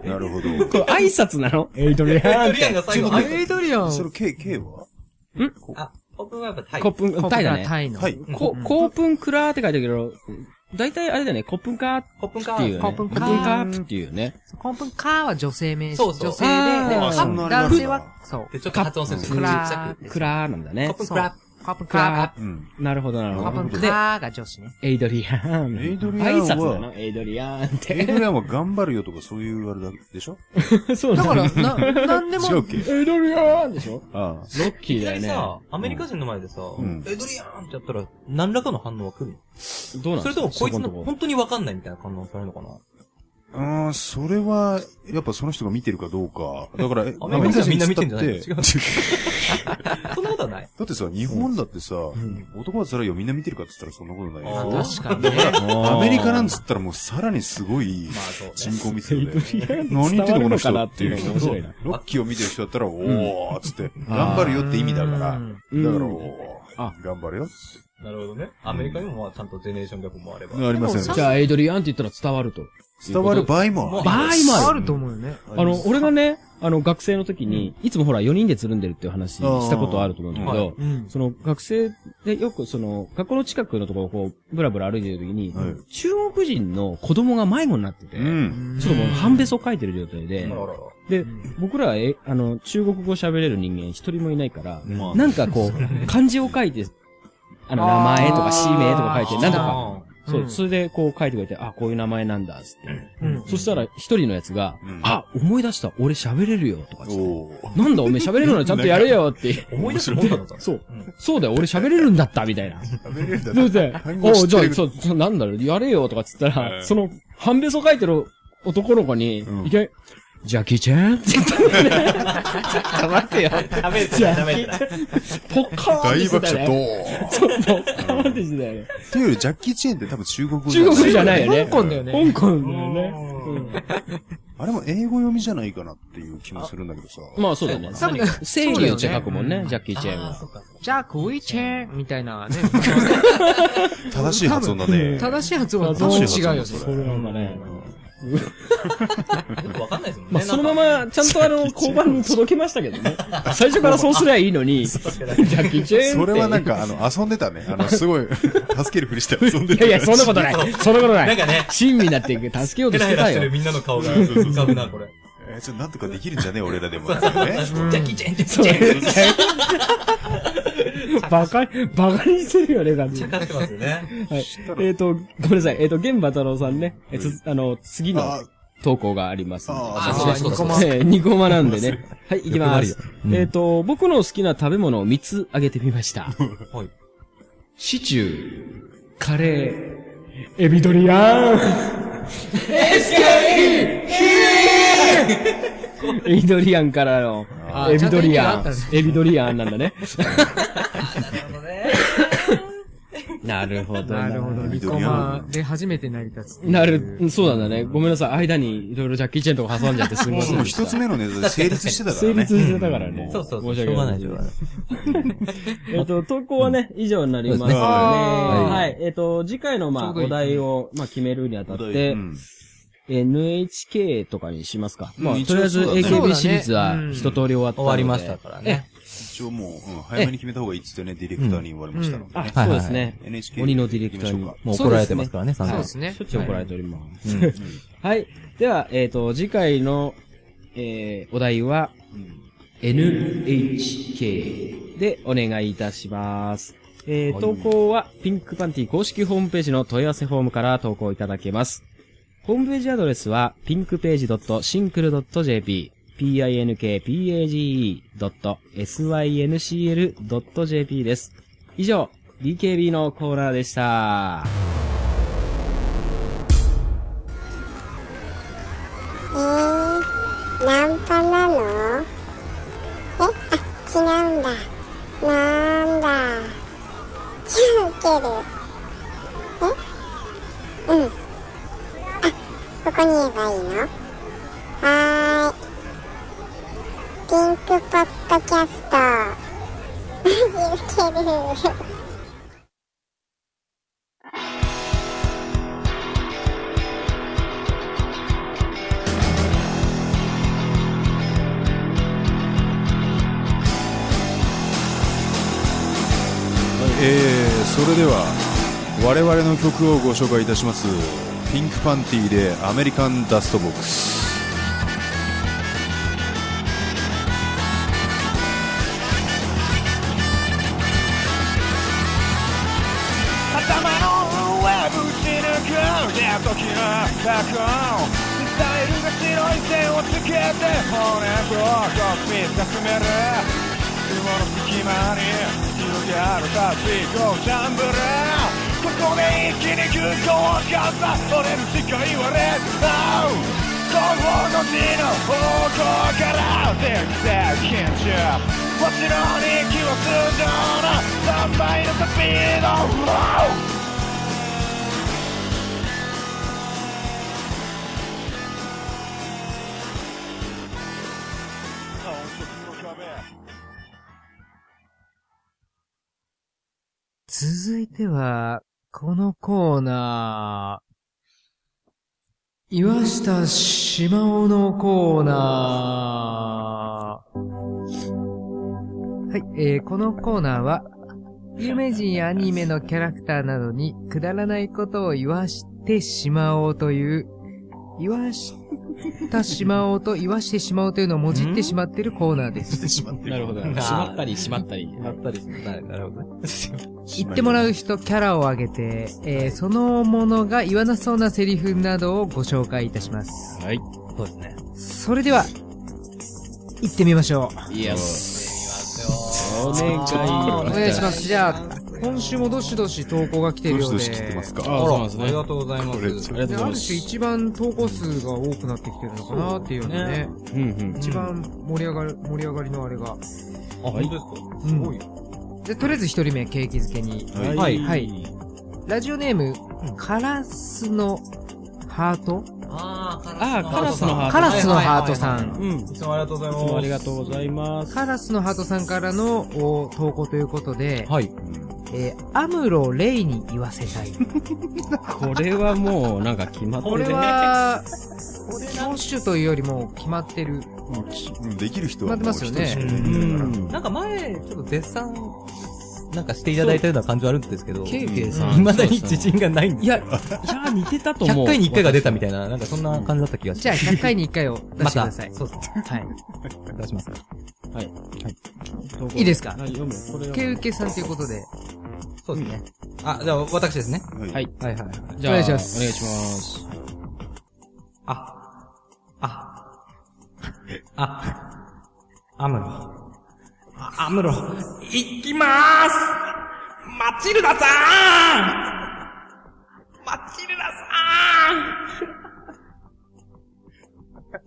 Speaker 8: なるほど。
Speaker 6: これ挨拶なのエイドリアン
Speaker 7: ドリアンが最後、
Speaker 5: あエイドリア ン。
Speaker 8: それ、K、K は
Speaker 7: あ、オープンワープ、はい
Speaker 6: コッ。プン、タイだね。
Speaker 5: タイの。
Speaker 8: はい。
Speaker 6: ココープンクラーって書いてあるけど、大体あれだよね、コップンカーっ
Speaker 7: コップンカ
Speaker 6: ていうよね。
Speaker 5: コ
Speaker 7: ー。
Speaker 5: ップンカー
Speaker 6: コップンっていうね。
Speaker 5: コンプンカーは女性名詞。
Speaker 7: そうそう
Speaker 5: 女性
Speaker 6: あー
Speaker 5: で、で
Speaker 6: あ
Speaker 8: そんなあれがある
Speaker 5: 男
Speaker 8: んだ
Speaker 5: 性は、そう。
Speaker 7: で、ちょっと発音するんです
Speaker 5: ク
Speaker 7: よ。
Speaker 5: ラー
Speaker 7: ちっちゃく
Speaker 6: クラーなんだね
Speaker 7: コッ。プンクラ
Speaker 5: カープン
Speaker 6: ク
Speaker 5: カー
Speaker 6: ラ
Speaker 8: うん。
Speaker 6: ー。なるほど、なる
Speaker 5: カ
Speaker 6: ほ
Speaker 5: ー
Speaker 6: ど。
Speaker 5: プンカ
Speaker 6: で、
Speaker 5: ーが女子ね。
Speaker 6: エイドリアン。
Speaker 8: エイドリアン
Speaker 6: 挨
Speaker 8: は
Speaker 6: 拶なのエイドリアンっ
Speaker 8: エイ
Speaker 6: て。
Speaker 8: ドリアンは頑張るよとかそういうあれだけでしょ
Speaker 6: そう
Speaker 5: だ
Speaker 6: だ
Speaker 5: か
Speaker 6: ね
Speaker 5: ら、な、 なんでも
Speaker 8: 違、うっけ
Speaker 6: エイドリアンでしょ
Speaker 8: あ
Speaker 6: ロッキ
Speaker 7: い
Speaker 6: ー
Speaker 7: きな
Speaker 6: だ
Speaker 7: り
Speaker 6: よ
Speaker 7: さ
Speaker 6: ね。、
Speaker 7: アメリカ人の前でさ、
Speaker 8: ん
Speaker 7: エドリアンってやったら、何らかの反応は来るの
Speaker 6: どうなん
Speaker 7: それともこいつ
Speaker 6: そこ
Speaker 7: の
Speaker 6: んとこ
Speaker 7: 本当にわかんないみたいな反応されるのかな
Speaker 4: うん、それは、やっぱその人が見てるかどうか。だから、え
Speaker 7: あ
Speaker 4: なんか
Speaker 7: みんなみんな見てんじゃないの
Speaker 4: 映
Speaker 7: 違う
Speaker 4: 画人に伝って
Speaker 7: そんなことはない。
Speaker 4: だってさ、日本だってさ、男はつらいよみんな見てるかって言ったらそんなことない
Speaker 7: あ
Speaker 4: よ。
Speaker 7: 確かにね。
Speaker 4: アメリカなんつったらもうさらにすごい人口密度で。何言ってんのこの人っていう人
Speaker 6: 伝
Speaker 4: と、
Speaker 6: わるのかなっていうのが面白いな
Speaker 4: ロッキーを見てる人だったら、おーっつって、頑張るよって意味だから、だから
Speaker 6: ん
Speaker 4: お
Speaker 6: あ
Speaker 4: ー、頑張るよ。
Speaker 7: なるほどね。アメリカにもまあちゃんとジェネレーションギャップもあれば。
Speaker 4: ありません。
Speaker 6: じゃあ、エイドリアンって言ったら伝わると。
Speaker 4: 伝わる場合も
Speaker 6: 場合もある。
Speaker 5: あると思うよね。
Speaker 6: あの、俺がね、あの、学生の時に、いつもほら、4人でつるんでるっていう話したことあると思うんだけ
Speaker 7: あー
Speaker 6: ど
Speaker 5: う、ん。
Speaker 6: その、学生でよく、その、学校の近くのところをこう、ブラブラ歩いてる時に
Speaker 4: はい、
Speaker 6: 中国人の子供が迷子になってて、
Speaker 4: う
Speaker 6: ち
Speaker 4: ん。
Speaker 6: ょっともう半べそ書いてる状態で
Speaker 7: あ、らあらあら。
Speaker 6: で、僕らは、え、あの、中国語喋れる人間一人もいないから、なんかこう、漢字を書いて、あの、名
Speaker 5: あー
Speaker 6: 前とか氏名とか書いて、なんとか、
Speaker 7: あ
Speaker 6: そうう、
Speaker 5: ん
Speaker 6: それでこう書いてくれて、あ、こういう名前なんだ、つって。
Speaker 5: うん。
Speaker 6: そしたら一人のやつが、
Speaker 4: うん
Speaker 6: あ、思い出した、俺喋れるよ、とかつって
Speaker 4: おー。
Speaker 6: なんだおめえ喋れるのちゃんとやれよ って。
Speaker 7: ー思い出すもんなのか。
Speaker 6: そう
Speaker 7: うん。
Speaker 6: そうだよ、俺喋れるんだった、みた いな。
Speaker 4: 食べれるんだ
Speaker 6: そうで
Speaker 4: 単、語
Speaker 6: お
Speaker 4: 知
Speaker 6: う、
Speaker 4: って
Speaker 6: じゃ
Speaker 4: る
Speaker 6: あ、そう、そうなんだろう、やれよ、とかっつった
Speaker 4: ええ
Speaker 6: ら、その、半べそ書いてる男の子に、
Speaker 4: うん
Speaker 6: いきなり、ジャッキーちゃんって言ったんだよね。ちょっと待ってよ。
Speaker 7: 食べてない、食べてない。
Speaker 6: ポッカーンって
Speaker 4: 大
Speaker 6: して
Speaker 4: 爆
Speaker 6: た
Speaker 4: 笑、ドー
Speaker 6: よね。
Speaker 4: ン。
Speaker 6: そう、ポッカーンってしてたよね。
Speaker 4: というより、ジャッキー・チェーンって多分中国語
Speaker 6: 中国語じゃないよね。
Speaker 5: 香港だよね。
Speaker 6: 香港だよね。
Speaker 4: あれも英語読みじゃないかなっていう気もするんだけどさ。
Speaker 6: うんまあそうだよね。
Speaker 5: 多分
Speaker 6: 正義をチェ書くもん
Speaker 5: そうだよ
Speaker 6: ね
Speaker 5: ね、
Speaker 6: ジャッキー・チェーンは。
Speaker 5: じゃあ、こういちゃんみたいなね。
Speaker 4: 正しい発音だね。
Speaker 5: 正しい発音は多分違うよね。
Speaker 4: そ
Speaker 6: それはまあね。
Speaker 7: よくわかんないですもんね。
Speaker 6: まあ、そのま
Speaker 7: なん
Speaker 6: ま、
Speaker 7: か
Speaker 6: ちゃんとあの、交番に届けましたけどね。 最初からそうすりゃいいのに、ジャッキー・チェーンって。
Speaker 4: それはなんか、あの、遊んでたね。 あの、すごい、助けるふりして遊んで
Speaker 6: い
Speaker 4: た。
Speaker 6: やいや、そんなことない。そんなことない。
Speaker 7: なんかね
Speaker 6: 親身になって助けようとして
Speaker 7: ヘラヘラ
Speaker 6: た
Speaker 7: してる
Speaker 6: よ。
Speaker 7: みんなの顔が浮かぶな、これ。
Speaker 4: えーちょっとなんとかできるんじゃね俺らでも。ね
Speaker 7: じゃあ、キチェンって、
Speaker 6: そう。バカ、バカにしてるよね、感 じ。は
Speaker 7: かってますよね。
Speaker 6: い。えっと、ごめんなさい。えっと、玄馬太郎さんね。えつ、あの、次の
Speaker 4: あ
Speaker 6: 投稿がありますんで。
Speaker 4: あ
Speaker 5: そうそうそう
Speaker 6: えーニコマなんでね。はい、いきます。えっと、僕の好きな食べ物を3つあげてみました。
Speaker 7: はい。
Speaker 6: シチュー、カレー、エビドリアン !SKE! エビドリアンからの、エビドリアン、エビドリアンなんだね。なるほど。
Speaker 5: なるほど。リコマで初めて成り立つ。
Speaker 6: なる、そうなんだね。ごめんなさい。間にいろいろジャッキーチェンとか挟んじゃってすみません
Speaker 4: もう
Speaker 6: でした。
Speaker 4: 一つ目のネタで成立してたから
Speaker 6: 成
Speaker 4: ね。
Speaker 6: 立してたからね。
Speaker 7: そうそうそう。
Speaker 6: 申
Speaker 7: し
Speaker 6: し
Speaker 7: ょう
Speaker 6: 訳な
Speaker 7: がない、
Speaker 6: い
Speaker 7: しょうがない。
Speaker 6: えっと、投稿はね、以上になりますね。
Speaker 5: はい
Speaker 6: はい。えっと、次回の、まあ、
Speaker 5: ちょうどいい
Speaker 6: お題を、まあ、決めるにあたって
Speaker 4: う、ん
Speaker 6: NHK とかにしますか。
Speaker 4: うん
Speaker 6: まあ、とりあえず
Speaker 4: 一応そうだね
Speaker 6: AKB シリーズは
Speaker 5: そうだね
Speaker 6: 一通り終わったので。
Speaker 7: 終わりましたからね。
Speaker 4: 一応もう、うん早めに決めた方がいいっつってね、ディレクターに言われましたので
Speaker 6: あ
Speaker 4: ね。、
Speaker 6: そうですね。
Speaker 4: NHK
Speaker 6: 鬼のディレクターに。
Speaker 4: 行き
Speaker 7: もう怒られてますからね、
Speaker 5: そ
Speaker 7: 散
Speaker 5: う
Speaker 7: 々
Speaker 5: で。すね
Speaker 6: しょ。っちゅう怒られております。はい。では、えっと、次回の、えーお題は、NHK でお願いいたします。えー投稿は、ピンクパンティ公式ホームページの問い合わせフォームから投稿いただけます。ホームページアドレスは、pinkpage.syncl.jp、pinkpage.syncl.jp です。以上、BKB のコーナーでした。
Speaker 2: えー、ナンパなのえ、あ、違うんだ。なんだ。じゃあ受ける。えうん。あ、ここに言えばいいのはーい。ピンクポッドキャスト。マジ受ける。
Speaker 4: えー、それでは、我々の曲をご紹介いたします。ピンクパンティーでアメリカンダストボックス。
Speaker 9: 頭の上ぶち抜くジェット機の過去ミサイルが白い線をつけて骨とコックピット進める雲の隙間に広がるパシーゴーシャンブルここで一気に空港をかさ折れる世界はレッドしの方向から全世禁止もちろん息を吸うような3倍のスピード Wow!
Speaker 5: 続いては、このコーナー。岩下島尾のコーナー。はい、えー、このコーナーは、有名人やアニメのキャラクターなどにくだらないことを言わしてしまおうという、言わしたしまおうと言わしてしまおうというのをもじってしまっているコーナーです。
Speaker 4: してしまってる。
Speaker 6: なるほど。
Speaker 7: な
Speaker 6: 閉まったり閉まったり。
Speaker 7: なったりする。なるほどね。
Speaker 5: 言ってもらう人、キャラを挙げて、えーそのものが言わなそうなセリフなどをご紹介いたします。
Speaker 6: はい。
Speaker 7: そうですね。
Speaker 5: それでは、行ってみましょ
Speaker 6: いや、お
Speaker 5: う。お
Speaker 6: 願い。
Speaker 5: 願いします。じゃあ、今週もどしどし投稿が来ているようで。
Speaker 4: どしどし来てますか
Speaker 6: ああ、そうなんです
Speaker 7: あ
Speaker 6: ね。
Speaker 7: りがとうございま
Speaker 4: これち
Speaker 7: す
Speaker 4: ょ。
Speaker 6: あ
Speaker 5: であ
Speaker 6: りがとうござい
Speaker 5: る
Speaker 6: ま
Speaker 5: 種
Speaker 6: す。
Speaker 5: 一番投稿数が多くなってきてるのかなっていうのね。
Speaker 6: うんうん。
Speaker 5: 一番盛り上がる、盛り上がりのあれが。
Speaker 7: あ、本当ですかすごいよ。
Speaker 5: で、とりあえず一人目、景気づけに。
Speaker 4: はい
Speaker 7: はい
Speaker 5: はい。ラジオネーム、カラスのハート
Speaker 7: あー
Speaker 6: あーカラスのハート
Speaker 5: カラスのハートさん。
Speaker 6: うん。い
Speaker 7: いつもありがとうござい
Speaker 6: つ
Speaker 7: ま
Speaker 6: も
Speaker 7: す。
Speaker 6: ありがとうございます。
Speaker 5: カラスのハートさんからのお投稿ということで、
Speaker 7: はい。
Speaker 5: えーアムロ・レイに言わせたい。
Speaker 6: これはもう、なんか決まって
Speaker 5: これ
Speaker 6: るね。
Speaker 5: は、投手というよりも決まって
Speaker 4: も
Speaker 5: る。
Speaker 4: うきうんできる人はもう
Speaker 5: 待っ
Speaker 4: 一
Speaker 5: てますよね
Speaker 4: 人しかいな
Speaker 6: う
Speaker 4: いんだから。
Speaker 6: ん。
Speaker 7: なんか前、ちょっと絶賛、なんかしていただいたような感じはあるんですけど、
Speaker 6: ケイ
Speaker 7: い
Speaker 6: ケイさん。
Speaker 7: まだに自信がないんで
Speaker 6: い
Speaker 7: す
Speaker 6: や、
Speaker 7: よ
Speaker 6: い。や、似てたと思
Speaker 7: 100
Speaker 6: う。
Speaker 7: 回に1回が出たみた
Speaker 6: い
Speaker 7: いな、なんかそんな感じだった気がし
Speaker 5: じゃあ100回に1回を出してください。
Speaker 7: またそうです
Speaker 5: はい。
Speaker 7: た。出します。
Speaker 6: な。
Speaker 5: いいですか
Speaker 6: はい、読む。こ
Speaker 5: 受け
Speaker 6: れ読む
Speaker 5: 受けさんということで、
Speaker 7: そうですね。あ、じゃあ私ですね。
Speaker 4: はい
Speaker 6: はい。
Speaker 7: はいはいはい。
Speaker 6: じゃあ、
Speaker 5: お願
Speaker 6: お願
Speaker 5: い
Speaker 6: い
Speaker 5: し
Speaker 6: し
Speaker 5: ま
Speaker 6: ますす。
Speaker 7: あ、あ、あ、アムロ。あアムロ、行きまーすマチルダさーんマチル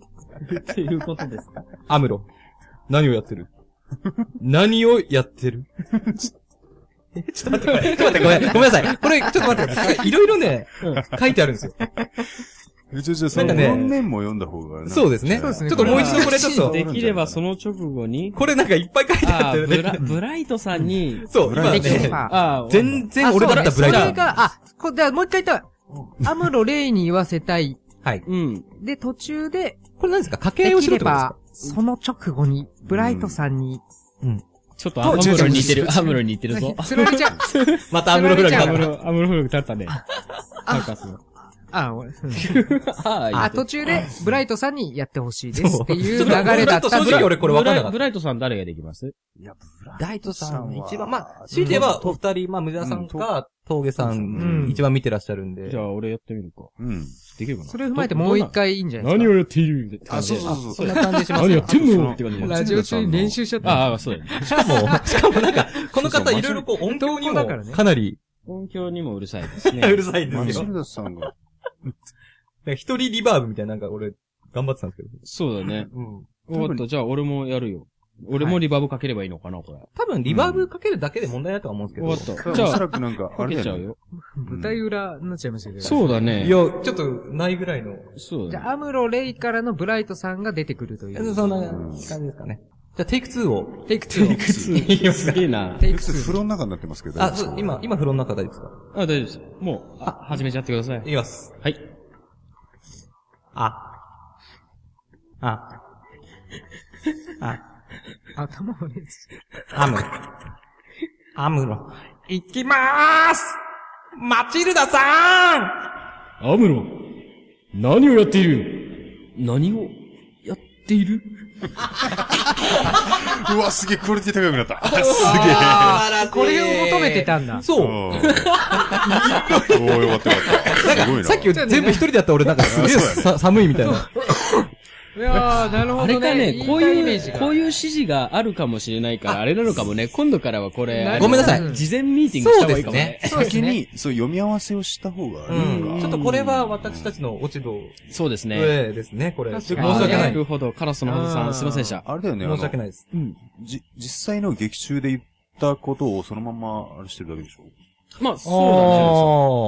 Speaker 7: ダさ
Speaker 6: っていうことですか
Speaker 7: ーんアムロ、何をやってる何をやってる えちょっと待って、これ、ちょっと待って、ごめん、ごめんなさい。これ、ちょっと待ってください。いろいろね、書いてあるんですよ。
Speaker 4: えじゃあじゃあその
Speaker 7: なんかね
Speaker 4: 本年も読んだ方がなんか
Speaker 7: そうですね。
Speaker 5: そうですね
Speaker 7: ちょっともう一度これちょっと、
Speaker 6: できればその直後に、
Speaker 7: これなんかいっぱい書いてあ
Speaker 6: あ
Speaker 7: った
Speaker 6: ー
Speaker 7: よ
Speaker 6: ブラ、
Speaker 7: ね。
Speaker 6: ブライトさんに、
Speaker 7: そう、今
Speaker 5: できれ
Speaker 7: ね、
Speaker 5: ば。
Speaker 6: あー
Speaker 7: 全然
Speaker 5: あ
Speaker 7: 俺だった
Speaker 5: そ
Speaker 7: ブ
Speaker 5: う
Speaker 7: ラ
Speaker 5: ね
Speaker 7: イト
Speaker 5: そ
Speaker 7: さ
Speaker 5: れ
Speaker 7: ん。
Speaker 5: が、あ、こじゃあもう一回言った。アムロ・レイに言わせたい。
Speaker 7: はい。
Speaker 6: うん。
Speaker 5: で、途中で、
Speaker 7: これ何ですか掛け合い
Speaker 5: で
Speaker 7: を
Speaker 5: き
Speaker 7: し
Speaker 5: れ
Speaker 7: ろってことです
Speaker 5: ば、
Speaker 7: か
Speaker 5: その直後に、ブライトさんに、
Speaker 6: ちょっとアムロに似て
Speaker 5: 違う違う違う
Speaker 6: る。アムロに似てるぞ。
Speaker 5: 釣られちゃう。
Speaker 7: またアムロフラグ
Speaker 5: そ
Speaker 6: ア
Speaker 5: れ
Speaker 6: ム
Speaker 5: じ
Speaker 7: が。
Speaker 6: ロ、アムロフルグ立ったね。カーカスの。
Speaker 5: あ、俺うん
Speaker 6: あ
Speaker 5: あ、途中で、ブライトさんにやってほしいですっていう流れだった
Speaker 7: そう
Speaker 5: の
Speaker 7: 正直俺これ分かんなかった
Speaker 6: ブライトさん誰ができます
Speaker 7: 大都さん一番、まあ、強いて言えば、お二人、まあ、無駄さんか、峠さん
Speaker 5: う、ん
Speaker 7: 一番見てらっしゃるんで。
Speaker 6: じゃあ俺やってみるか。
Speaker 4: うん。
Speaker 6: できるかな
Speaker 5: それを踏まえてもう一。回いいんじゃない
Speaker 6: 何
Speaker 5: です
Speaker 6: をやっているみたいな
Speaker 4: あ、
Speaker 6: 感
Speaker 4: そ
Speaker 6: じ
Speaker 4: う
Speaker 6: で。
Speaker 4: そうそう。
Speaker 7: そんな感じし
Speaker 6: あ
Speaker 7: ます
Speaker 6: 何や
Speaker 7: よ
Speaker 6: っ。てんのって感じ
Speaker 5: か
Speaker 6: で。
Speaker 5: ラジオ中に練習しちゃった。
Speaker 6: ああ、そうだね。
Speaker 7: しかも、 しかもなんか、この方いろいろこう音響にも
Speaker 5: そうそう、
Speaker 7: かなり、
Speaker 6: 音響にもうるさいです
Speaker 7: う
Speaker 6: ね。
Speaker 7: るさいん
Speaker 4: マ
Speaker 7: で
Speaker 4: シ
Speaker 7: すよ。だ
Speaker 4: ル
Speaker 7: か
Speaker 4: ダさんが、
Speaker 7: ら一人リバーブみたいな、なんか俺、頑張ってたんですけど。
Speaker 6: そうだね。
Speaker 7: うん。
Speaker 6: わかった。じゃあ俺もやるよ。俺もリバーブかければいいのかな、これ。
Speaker 7: 多分、リバーブかけるだけで問題ないとは思うんですけど。
Speaker 6: わかった。
Speaker 4: お
Speaker 6: じゃ
Speaker 4: そ
Speaker 6: あ、
Speaker 4: らくなんか、あ
Speaker 6: か
Speaker 4: れ
Speaker 6: け
Speaker 4: だ
Speaker 6: ちゃ
Speaker 4: よ
Speaker 6: う
Speaker 4: ね。
Speaker 6: よ。
Speaker 5: 舞台裏になっちゃいましたけど。
Speaker 6: そうだ
Speaker 7: いや、
Speaker 6: ね
Speaker 7: ち。ょっと、ないぐらいの。
Speaker 6: そう
Speaker 5: じ
Speaker 6: だ
Speaker 5: ゃあ、
Speaker 6: ね。
Speaker 5: アムロ・レイからのブライトさんが出てくるという。
Speaker 7: そんな感じですかね。じゃあ、テイク2を。
Speaker 5: テイク2を。
Speaker 6: すげえな。
Speaker 5: テイク
Speaker 4: 別に風
Speaker 5: 2。
Speaker 4: 呂の中になってますけど。
Speaker 7: あ、そう、今、今風呂の中大丈夫ですか
Speaker 6: あ、大丈夫です。もう、あ、始めちゃってください
Speaker 7: い。きます。
Speaker 6: はい。
Speaker 7: あ。 あ。あ。
Speaker 5: 頭をね、
Speaker 7: アムロ。アムロ。いきまーすマチルダさ
Speaker 6: アムロ、何をやっている何をやっている
Speaker 4: うわ、すげえ、クオリティ高くなった。
Speaker 7: ーん
Speaker 5: これを求めてたんだ。
Speaker 7: そ
Speaker 4: う
Speaker 7: う。
Speaker 4: んおー、よかったよかった。すごいな。
Speaker 7: さっき全部一人でやった俺なんかすげえ
Speaker 4: そうだね
Speaker 7: さ寒いみたいな。
Speaker 5: いやー、なるほ
Speaker 6: あれ
Speaker 5: どね。
Speaker 6: かね、こう
Speaker 5: イメ
Speaker 6: い
Speaker 5: ージ
Speaker 6: う、
Speaker 5: が
Speaker 6: こういう指示があるかもしれない から、あれなのかもね、今度からはこれ、あれ
Speaker 7: ごめんなさい
Speaker 6: 事前ミーティングした方がいいかもね。
Speaker 5: そうです
Speaker 10: 先
Speaker 5: ね。
Speaker 10: に、そう読み合わせをした方がいいの
Speaker 7: うん
Speaker 10: か。
Speaker 7: ちょっとこれは私たちの落ち度
Speaker 6: そうですね。
Speaker 7: 上ですね、これ。
Speaker 5: 確
Speaker 7: 申
Speaker 5: か
Speaker 7: し
Speaker 5: に
Speaker 7: 訳な。
Speaker 6: ないるほど、カラスのハトさ
Speaker 7: うん
Speaker 6: ん、すいませんでした。
Speaker 10: あれだよね、あ
Speaker 7: 申し訳
Speaker 10: の、
Speaker 7: ないです。
Speaker 10: じ、実際の劇中で言ったことをそのまま、あれしてるだけでしょ
Speaker 6: まあ、そ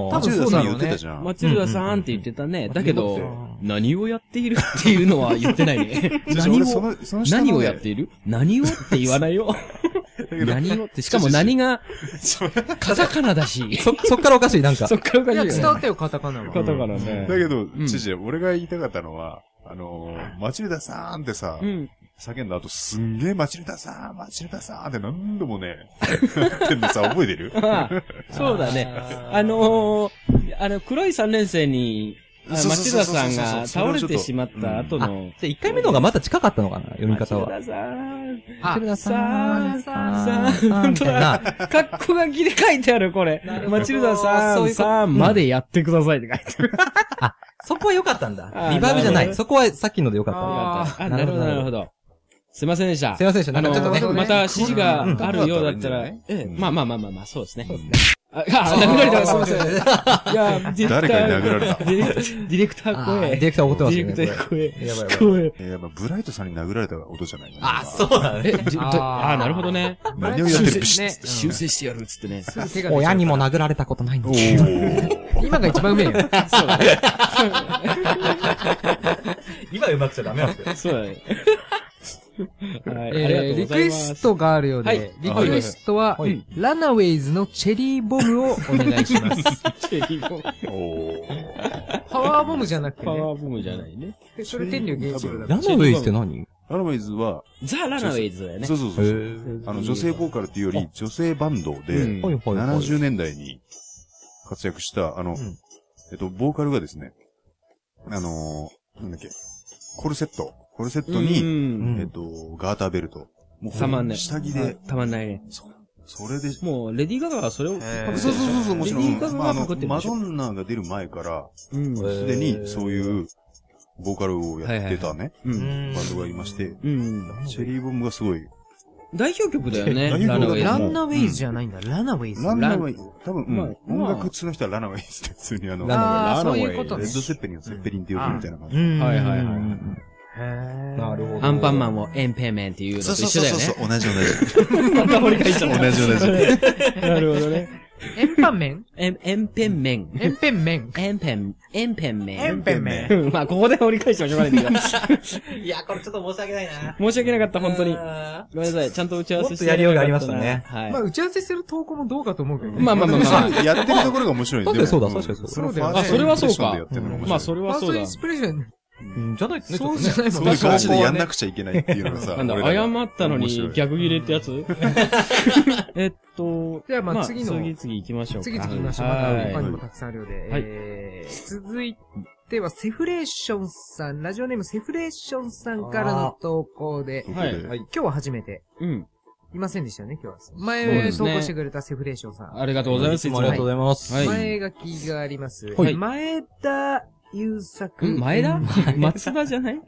Speaker 6: う
Speaker 5: 多分そうだろうね
Speaker 10: マチルダさん言ってたじゃ。
Speaker 6: なんんですよ。マチルダさんって言ってたね。だけど、何をやっているっていうのは言ってない ね。何
Speaker 10: 俺そ
Speaker 6: を、
Speaker 10: のその下のね
Speaker 6: 何をやっている何をって言わない よ。何をって、しかも何 が、カタカナだし。
Speaker 7: そ、 そっからおかしい、なんか。
Speaker 6: そっからおか
Speaker 5: い
Speaker 6: しい
Speaker 5: や、
Speaker 6: よね。
Speaker 5: 伝わったよ、カタカナは。
Speaker 6: カタカナね。
Speaker 10: だけど、
Speaker 6: ん
Speaker 10: 知事、俺が言いたかったのは、あのー、マチルダさんってさ、
Speaker 6: うん。
Speaker 10: 叫んだ後、すんげえマチルダさん、マチルダさんって何度も ね、やってんのさ、覚えてる
Speaker 6: ああそうだね。あのー、あの、黒い3年生に、あ
Speaker 10: そう
Speaker 6: 町
Speaker 10: そうそう
Speaker 6: 田
Speaker 10: そう
Speaker 6: さんが
Speaker 10: それ
Speaker 6: 倒
Speaker 10: をちょ
Speaker 6: れ
Speaker 10: っと
Speaker 6: てしまった後
Speaker 7: あ、
Speaker 6: の、
Speaker 7: じゃ1回目の方がまた近かったのかな、読み方
Speaker 6: 町
Speaker 7: は。
Speaker 6: 田さん、
Speaker 5: あ、
Speaker 7: 田
Speaker 6: さん、さん、
Speaker 7: さ
Speaker 6: 本
Speaker 7: ん、
Speaker 6: 当
Speaker 7: な
Speaker 6: だ。。格好書きで書いてある、これ
Speaker 5: なる。ほど
Speaker 6: マチルダさ
Speaker 7: そう
Speaker 6: ん、
Speaker 7: いうこと
Speaker 6: さん、までやってくださいって書いてある。
Speaker 7: そこは良かったんだ
Speaker 6: あ。ー
Speaker 7: リバーブじゃな
Speaker 6: なるほど
Speaker 7: い。そこはさっきので良かっ
Speaker 5: あ
Speaker 6: あ、なるほど、なるほど。すいませんでした
Speaker 7: た。すい。ませんでした。な
Speaker 6: あ
Speaker 7: んか
Speaker 6: の
Speaker 7: ちょっとね。、
Speaker 5: ね
Speaker 6: また指示が
Speaker 10: うん
Speaker 6: あるようだったら
Speaker 10: うん、
Speaker 6: ええ
Speaker 10: うん
Speaker 6: まあまあまあまあまあ、そうですね。あ、あ殴られた、 すいません。いや、ディレクター
Speaker 10: 誰かに殴られた
Speaker 6: ディレクディレクター
Speaker 7: あー
Speaker 6: 声。
Speaker 7: ディレクター怒ってます
Speaker 6: デ
Speaker 7: よ
Speaker 6: ィレ
Speaker 7: ね。
Speaker 6: クター声。
Speaker 7: やばいやばい
Speaker 6: 声。
Speaker 10: えーまあブライトさんに殴られた音じゃないかな。
Speaker 7: あ、そうだね。
Speaker 6: え、じ
Speaker 5: あー
Speaker 6: ああ、なるほどね。
Speaker 10: 何をやってる
Speaker 5: ね
Speaker 10: ピシッつって。
Speaker 6: 修正してやるっつってね。
Speaker 5: すぐ手が出ちゃう
Speaker 7: 親にも殴られたことないの
Speaker 10: お。 ー
Speaker 5: 今が一番うめえよ。
Speaker 6: そうだね。
Speaker 7: 今うまくちゃダメなんです
Speaker 6: そう
Speaker 7: よ。
Speaker 6: だね。はい、ありがと
Speaker 5: えー、
Speaker 6: うご
Speaker 5: リ
Speaker 6: ざ
Speaker 5: ク
Speaker 6: い
Speaker 5: エ
Speaker 6: ます。
Speaker 5: ストがあるよう
Speaker 6: はい
Speaker 5: で、リクエストは、うんランナウェイズのチェリーボムをお願いします。
Speaker 6: チェリーボム
Speaker 10: おー
Speaker 5: パワーボムじゃなくて
Speaker 6: パ
Speaker 5: ね。
Speaker 6: ワーボムじゃないね。
Speaker 5: でそれ天竜原子郎だ
Speaker 7: ラ
Speaker 5: か
Speaker 7: ンナウェイズって何
Speaker 10: ラノベイズは、
Speaker 6: ザ・ラナウェイズだよね
Speaker 10: そ。うそうそうそう。あの、女性ボーカルっていうより、女性バンド
Speaker 6: うん
Speaker 10: で、
Speaker 7: はいはいはい。
Speaker 10: 70年代に活躍した、あの
Speaker 7: ん、
Speaker 10: えっと、ボーカルがですね、あのー、なんだっけ、コルセット。コルセット
Speaker 6: う
Speaker 10: に、
Speaker 6: ん
Speaker 10: えっと、ガーターベルト。もう
Speaker 6: たまんない。
Speaker 10: 下着で、
Speaker 6: たまんないね。
Speaker 10: そそれで、
Speaker 6: もう、レディー・ガガはそれを、
Speaker 10: そうそうそうそう、もちろ
Speaker 6: レデ
Speaker 10: ん
Speaker 6: ィー・ガ。ガ
Speaker 10: まあ、あの
Speaker 6: がかかって、る
Speaker 10: マ
Speaker 6: でし
Speaker 10: ド
Speaker 6: ょ。
Speaker 10: ンナが出る前から、
Speaker 6: うん。う
Speaker 10: すでにそういう、ボーカルをやってたね、
Speaker 6: ん。
Speaker 10: バンドがいまして、
Speaker 6: うん。
Speaker 10: チェリーボムがすごい。
Speaker 6: 代表曲だよね。
Speaker 10: 代表曲だ
Speaker 6: ラ
Speaker 5: ら。ラ
Speaker 6: ナウェイズ
Speaker 10: も
Speaker 5: ンナウェイズじゃないんだ。ランナウェイズ。
Speaker 10: ランナウェイ、多分、うん
Speaker 6: まあまあ
Speaker 10: 音楽通の人はラナウェイですって、普通にあの、レ
Speaker 7: ラ
Speaker 10: ッ
Speaker 5: ああ、
Speaker 6: ランナ
Speaker 5: そ
Speaker 6: ウ
Speaker 5: う
Speaker 6: ェ
Speaker 5: い
Speaker 6: イ
Speaker 5: うこと
Speaker 10: ド・
Speaker 5: ね。
Speaker 10: セッペリンをセッペリンって呼ぶみたいな感じ。
Speaker 6: はいはいはい。
Speaker 7: なるほど。
Speaker 6: アンパンマンをエンペイメンっていうのと一緒だよね。
Speaker 10: う、同じ同じ。
Speaker 6: また掘り返しちゃった。
Speaker 10: 同じ同じ。
Speaker 6: なるほどね。
Speaker 5: エンパンメン
Speaker 6: エン、エンペンメン。
Speaker 5: エンペンメン。
Speaker 6: エンペン、エンペンメン。
Speaker 5: ペンメン。
Speaker 6: うんまあ、ここで折り返してもしょうがないんだけど。
Speaker 7: いや、これちょっと申し訳ないな。
Speaker 6: 申し訳なかった、本当に。
Speaker 7: あ
Speaker 6: ごめんなさい、ちゃんと打ち合わせして。
Speaker 7: もっとやりようがありま
Speaker 6: はい
Speaker 5: まあ、。打ち合わせする投稿もどうかと思うけどね。
Speaker 6: まあまあまあまあ。
Speaker 10: やってるところが面白いね
Speaker 7: 確かにそうだ
Speaker 10: でも
Speaker 7: 確かにそうだ
Speaker 10: のファースト
Speaker 6: あ、それはそう
Speaker 10: インプレッションで
Speaker 6: か
Speaker 10: やってるのが面。白い
Speaker 6: まあ、それ
Speaker 5: ファ
Speaker 6: は
Speaker 5: ース
Speaker 6: そう
Speaker 5: トイ
Speaker 6: だ
Speaker 5: ン。スプレーション。
Speaker 7: ーじゃないとね、ちょ
Speaker 5: そ
Speaker 7: っ
Speaker 5: う
Speaker 7: と
Speaker 5: じ
Speaker 7: ね
Speaker 5: ゃないもん
Speaker 10: そういうガチでやんな
Speaker 5: く
Speaker 10: くちゃいけないっていうのがさ、
Speaker 6: なんだ、
Speaker 10: 俺ら
Speaker 6: 謝
Speaker 10: が
Speaker 6: ったの
Speaker 10: 面白
Speaker 6: に
Speaker 10: い
Speaker 6: 逆切れってやつえっと、
Speaker 5: じゃあまあ次の
Speaker 6: 次々行きましょうか。
Speaker 5: 次々行きましょう。まだ
Speaker 6: はい
Speaker 5: 他にもたくさんあるようで。
Speaker 6: はい
Speaker 5: えー続いては、セフレーションさん、ラジオネームセフレーションさんからの投稿で、
Speaker 10: とこ
Speaker 5: 今
Speaker 10: ろで
Speaker 6: はいは
Speaker 5: 日は初めて、
Speaker 6: うん。
Speaker 5: いませんでしたよね、今日は。
Speaker 6: そう
Speaker 5: 前、
Speaker 6: です
Speaker 5: 投
Speaker 6: ね
Speaker 5: 稿してくれたセフレーションさん。
Speaker 6: ありがとうございます。
Speaker 7: いつもありがとうございます。
Speaker 6: はい
Speaker 5: 前書きがあります。
Speaker 6: はい
Speaker 5: 前田優作。
Speaker 6: ん前田 松田じゃない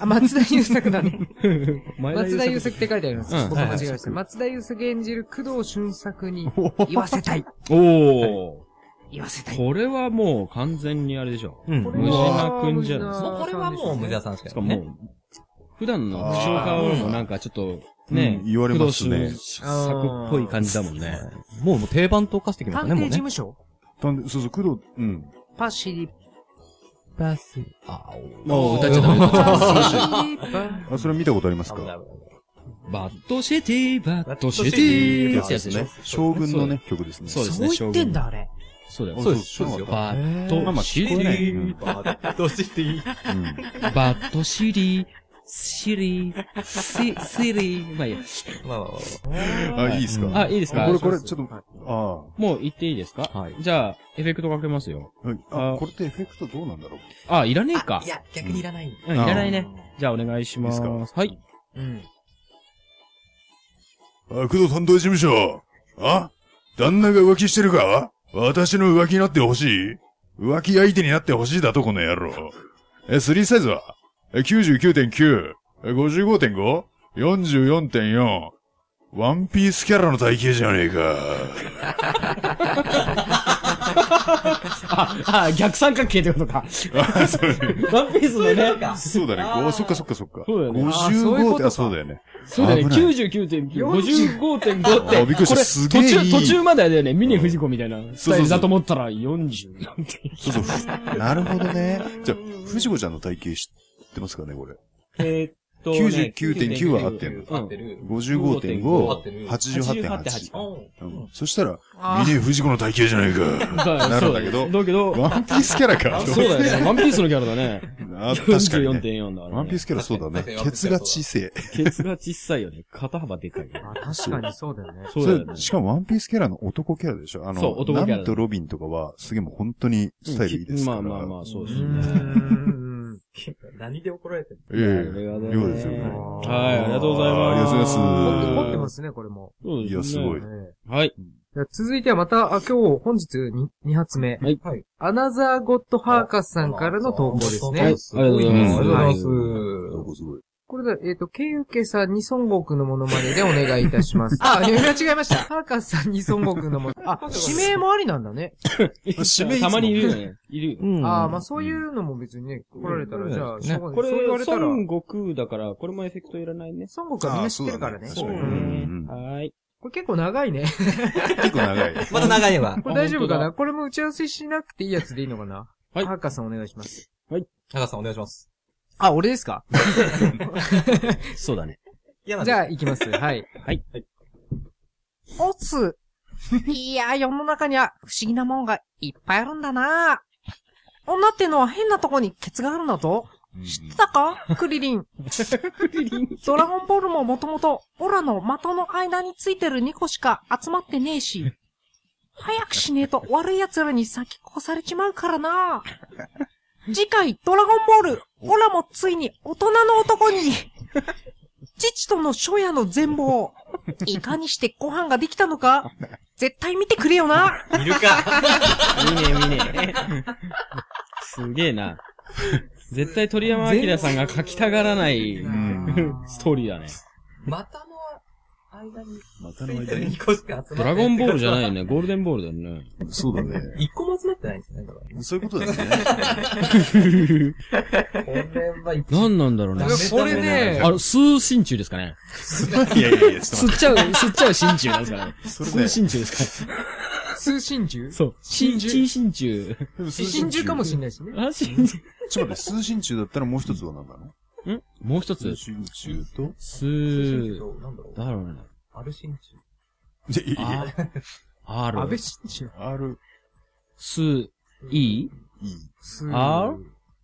Speaker 5: あ、松田優作だ ね。松田優
Speaker 6: 作。
Speaker 5: 作って書いてあります。
Speaker 6: うん
Speaker 5: 僕間違えました。松田優作演じる工藤俊作に言わせたい。
Speaker 6: おー。
Speaker 5: 言わせたい。
Speaker 6: これはもう完全にあれでしょ。
Speaker 7: うん。
Speaker 5: こ
Speaker 7: も
Speaker 5: れ
Speaker 7: う
Speaker 6: ムジナ君じゃない
Speaker 5: は
Speaker 7: これはもう無駄さんし
Speaker 6: し
Speaker 7: か
Speaker 6: か
Speaker 7: ね。
Speaker 6: も、普段の不祥顔もなんかちょっと、ね
Speaker 10: う、ん言われますね
Speaker 6: 工藤新作っぽい感じだもんね。
Speaker 7: もうもう定番と化してきまし
Speaker 5: 探
Speaker 7: た
Speaker 5: 偵
Speaker 7: ね、も
Speaker 5: 事
Speaker 7: うね。
Speaker 5: 務所
Speaker 10: たんでそうそう、工藤、うん。
Speaker 5: パシリ
Speaker 7: バス。あ
Speaker 6: もう歌っちゃダメだ。
Speaker 10: あ、それ見たことありますか
Speaker 6: バッドシティ、バッドシティってやつでしょ。
Speaker 10: 将軍のね、曲ですね。
Speaker 6: そうです
Speaker 5: そ
Speaker 6: ね、
Speaker 5: う言ってんだ、あれ。
Speaker 6: そうだよ。
Speaker 10: そうですそうですよ
Speaker 6: バッド
Speaker 10: まあまあ、
Speaker 6: シ
Speaker 10: 聞
Speaker 6: テ
Speaker 10: こえない。
Speaker 6: ィ
Speaker 10: う、ん
Speaker 7: どうしていい
Speaker 6: バッドシティ、シリー、シ、シリー。まあいいや。
Speaker 7: まあまあ
Speaker 10: あ、いいですか
Speaker 6: あ、いいですか
Speaker 10: これ、これ、ちょっと、あ
Speaker 6: もう言っていいですか
Speaker 7: はい
Speaker 6: じゃあ、エフェクトかけますよ。
Speaker 10: あはい。
Speaker 6: あ
Speaker 10: あ、これってエフェクトどうなんだろう
Speaker 6: あ、いらねえ
Speaker 7: まあ
Speaker 6: か。
Speaker 7: いや、逆にいらない。
Speaker 6: うん、いらないね。じゃあ、お願いします。
Speaker 10: いいです
Speaker 6: はい。
Speaker 5: うん。
Speaker 10: あ、工藤担当事務所。あ旦那が浮気してるか私の浮気になってほしい浮気相手になってほしいだと、この野郎。え、スリーサイズは
Speaker 4: え99.9、え55.5、44.4。ワンピースキャラの体型じゃねえか。
Speaker 6: あ、あ、逆三角形って ことか。
Speaker 4: あ、そうね。
Speaker 6: ワンピースのね。
Speaker 4: そうだね。
Speaker 6: あー
Speaker 4: ごそっかそっかそっか。
Speaker 6: そうだよねあーそういうこ
Speaker 4: 55
Speaker 6: とか
Speaker 4: あ、そうだよね。
Speaker 6: そうだね。
Speaker 4: 危ない
Speaker 6: 99.9、55.5って。
Speaker 4: あびっくりした
Speaker 6: これ
Speaker 4: すげえいい
Speaker 6: 途中、途中までだよね。ミニ藤子みたいな。ス
Speaker 4: そうそうそう
Speaker 6: タイルだと思ったら40なんて。
Speaker 4: そうそう。 なるほどね。じゃあ、藤子ちゃんの体型知ってますかね、これ。
Speaker 7: えーっとね、
Speaker 4: 99.9は合ってる
Speaker 7: 合ってる。
Speaker 4: 55.5、88.8。
Speaker 7: うん
Speaker 4: うんそしたら、
Speaker 7: あー
Speaker 4: 峰藤子の体型じゃない
Speaker 6: だ
Speaker 4: か。
Speaker 6: よ
Speaker 4: なるんだけど
Speaker 6: そう、だけど。
Speaker 4: ワンピースキャラか。
Speaker 6: そうだよね。ワンピースのキャラだね。
Speaker 4: あ確かにね
Speaker 6: 44.4だからね
Speaker 4: ワンピースキャラそうだね。ケツが小せえ。
Speaker 6: ケツが小さいよね。肩幅でかいよね。
Speaker 5: 確かにそうだよね。
Speaker 6: そうだよね
Speaker 4: それ。しかもワンピースキャラの男キャラでしょあの、
Speaker 6: そう男キャラ
Speaker 4: ナンとロビンとかは、すげえもう本当にスタイルいいですから。
Speaker 6: まあまあまあ、そうです
Speaker 5: うー
Speaker 6: ね。
Speaker 5: ん。
Speaker 7: 何で怒られてる
Speaker 4: ええ
Speaker 6: これはね
Speaker 4: 量ですよね。
Speaker 6: はい、ありがとうございます。。
Speaker 4: ありがとうござい
Speaker 5: 凝ってますすね、これも。
Speaker 6: そうですね。
Speaker 4: いやすごい
Speaker 5: ね
Speaker 6: はい。
Speaker 5: じゃあ続いてはまた、あ今日、本日 2, 発目。
Speaker 6: はい。
Speaker 7: はい。
Speaker 5: アナザーゴッドハーカスさんからの投稿です
Speaker 6: はい、
Speaker 5: ね
Speaker 6: あり。がとうございます。
Speaker 7: ありがとうございます。
Speaker 4: どこすごい。
Speaker 5: これだ、えっ、と、ケイウケさんに孫悟空のモノマネでお願いいたします。 あ、読み間違えました。ハーカスさんに孫悟空のモノ あ、指名もありなんだね。
Speaker 6: 締めたまにいるよね。い るよ。
Speaker 7: うん
Speaker 5: ああ、まあそういうのも別にね、来られたら、じゃあ、
Speaker 7: ね
Speaker 5: しょうがない
Speaker 6: これ、
Speaker 5: そう言わ
Speaker 6: 孫
Speaker 5: れたら、孫
Speaker 6: 悟空だから、これもエフェクトいらないね。
Speaker 5: 悟空はみんな知ってるからね。
Speaker 4: あー
Speaker 5: う
Speaker 4: そうだね
Speaker 5: ん
Speaker 4: ん
Speaker 6: はい。
Speaker 5: これ結構長いね。
Speaker 4: 結構長い。
Speaker 7: まだ長いわ。
Speaker 5: これ大丈夫か
Speaker 6: あ
Speaker 5: なこれも打ち合わせしなくていいやつでいいのかな
Speaker 6: はい
Speaker 5: ハーカスさんお願いします。
Speaker 7: 高橋さんお願いします。
Speaker 5: あ、俺ですか
Speaker 6: そうだね。
Speaker 7: 嫌
Speaker 5: じゃあ、行きます。はい。
Speaker 6: はい。
Speaker 5: おつ。いやー、世の中には不思議なもんがいっぱいあるんだな女ってのは変なとこにケツがあるんだぞ。知ってたかクリリン。ドラゴンボールももともと、オラの的の間についてる2個しか集まってねえし。早くしねえと悪い奴らに先越されちまうからな次回、ドラゴンボール、オラもついに大人の男に。父との初夜の全貌。いかにしてご飯ができたのか絶対見てくれよな
Speaker 7: 見るか。
Speaker 6: 見ねえ見ねえ。すげえな。絶対鳥山明さんが書きたがらない、 ストーリーだね。
Speaker 7: 股の間に、
Speaker 4: またの間に。
Speaker 7: 個しか集まって
Speaker 6: ドラゴンボールじゃない
Speaker 7: い。
Speaker 6: よね。ゴールデンボールだよね。
Speaker 4: そうだね。
Speaker 7: 一個も集まってないんですね。だか
Speaker 4: そういうことだよね。
Speaker 7: らこれは一
Speaker 6: 何なんだろうね。
Speaker 5: これね、
Speaker 6: あの、吸う真鍮ですかね。
Speaker 4: いやいやいや、ちょっと
Speaker 6: 吸っちゃう、吸っちゃう真鍮なんですからね。
Speaker 4: それね
Speaker 6: 吸う真鍮ですからね。
Speaker 5: 通信中
Speaker 6: そう。真鍮真鍮。
Speaker 5: 信中かもしれないしね。
Speaker 6: あ、真鍮。
Speaker 4: ちょっと待って、通信中だったらもう一つは何なの
Speaker 6: んもう一つ
Speaker 4: 通。信中と
Speaker 6: 吸う、
Speaker 7: 応、なんだろう。
Speaker 6: だろうね。
Speaker 7: アルシンチ
Speaker 4: いやいやいや、
Speaker 6: あ
Speaker 5: 安倍
Speaker 6: る。
Speaker 5: 信中。
Speaker 4: R、
Speaker 6: 吸、い、
Speaker 4: E、
Speaker 6: あ、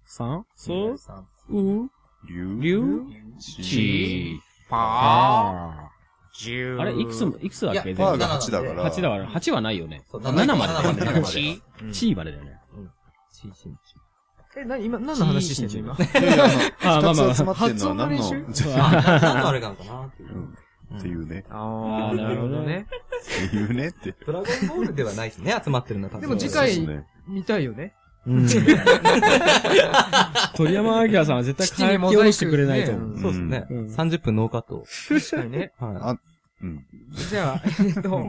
Speaker 6: さん、そ
Speaker 7: さん。
Speaker 6: う、う、
Speaker 4: 竜、
Speaker 6: りゅう、ち、ぱー、あれ、いくつも、いくつだっけ全
Speaker 7: いや
Speaker 4: パー
Speaker 6: 部
Speaker 4: が8だから。
Speaker 6: 8だから、8はないよね。
Speaker 7: そう
Speaker 6: 7
Speaker 7: 7
Speaker 6: までだよ
Speaker 7: 7まで
Speaker 6: ね。
Speaker 7: だ
Speaker 6: ち、ちまでだよね。
Speaker 7: チーシンチ
Speaker 5: え、な、今、何の話してんの今。
Speaker 4: いやいやあの二つ集まってん
Speaker 5: 発
Speaker 4: のは
Speaker 5: 音の
Speaker 4: 何
Speaker 5: 練
Speaker 4: の
Speaker 5: 習
Speaker 7: あ、ななんのあれなのかなっていう。
Speaker 4: っていうね。
Speaker 5: あ
Speaker 6: ーなるほどね。
Speaker 4: っていうねって。
Speaker 7: ドラゴンボールではないですね、集まってるのは多分。
Speaker 5: でも次
Speaker 4: そう
Speaker 5: 回
Speaker 4: ですね。
Speaker 5: 見たいよね。
Speaker 6: 鳥山明さんは絶対
Speaker 5: 父に
Speaker 6: 書
Speaker 5: モ
Speaker 6: き
Speaker 5: ザイ
Speaker 6: 下ろ
Speaker 5: ク
Speaker 6: してくれないと思う。
Speaker 5: ね
Speaker 7: そうですね。
Speaker 6: うん
Speaker 7: 30分ノーカット。
Speaker 5: 確かにね。
Speaker 7: は
Speaker 4: うん。
Speaker 5: じゃ あ、えっと、こ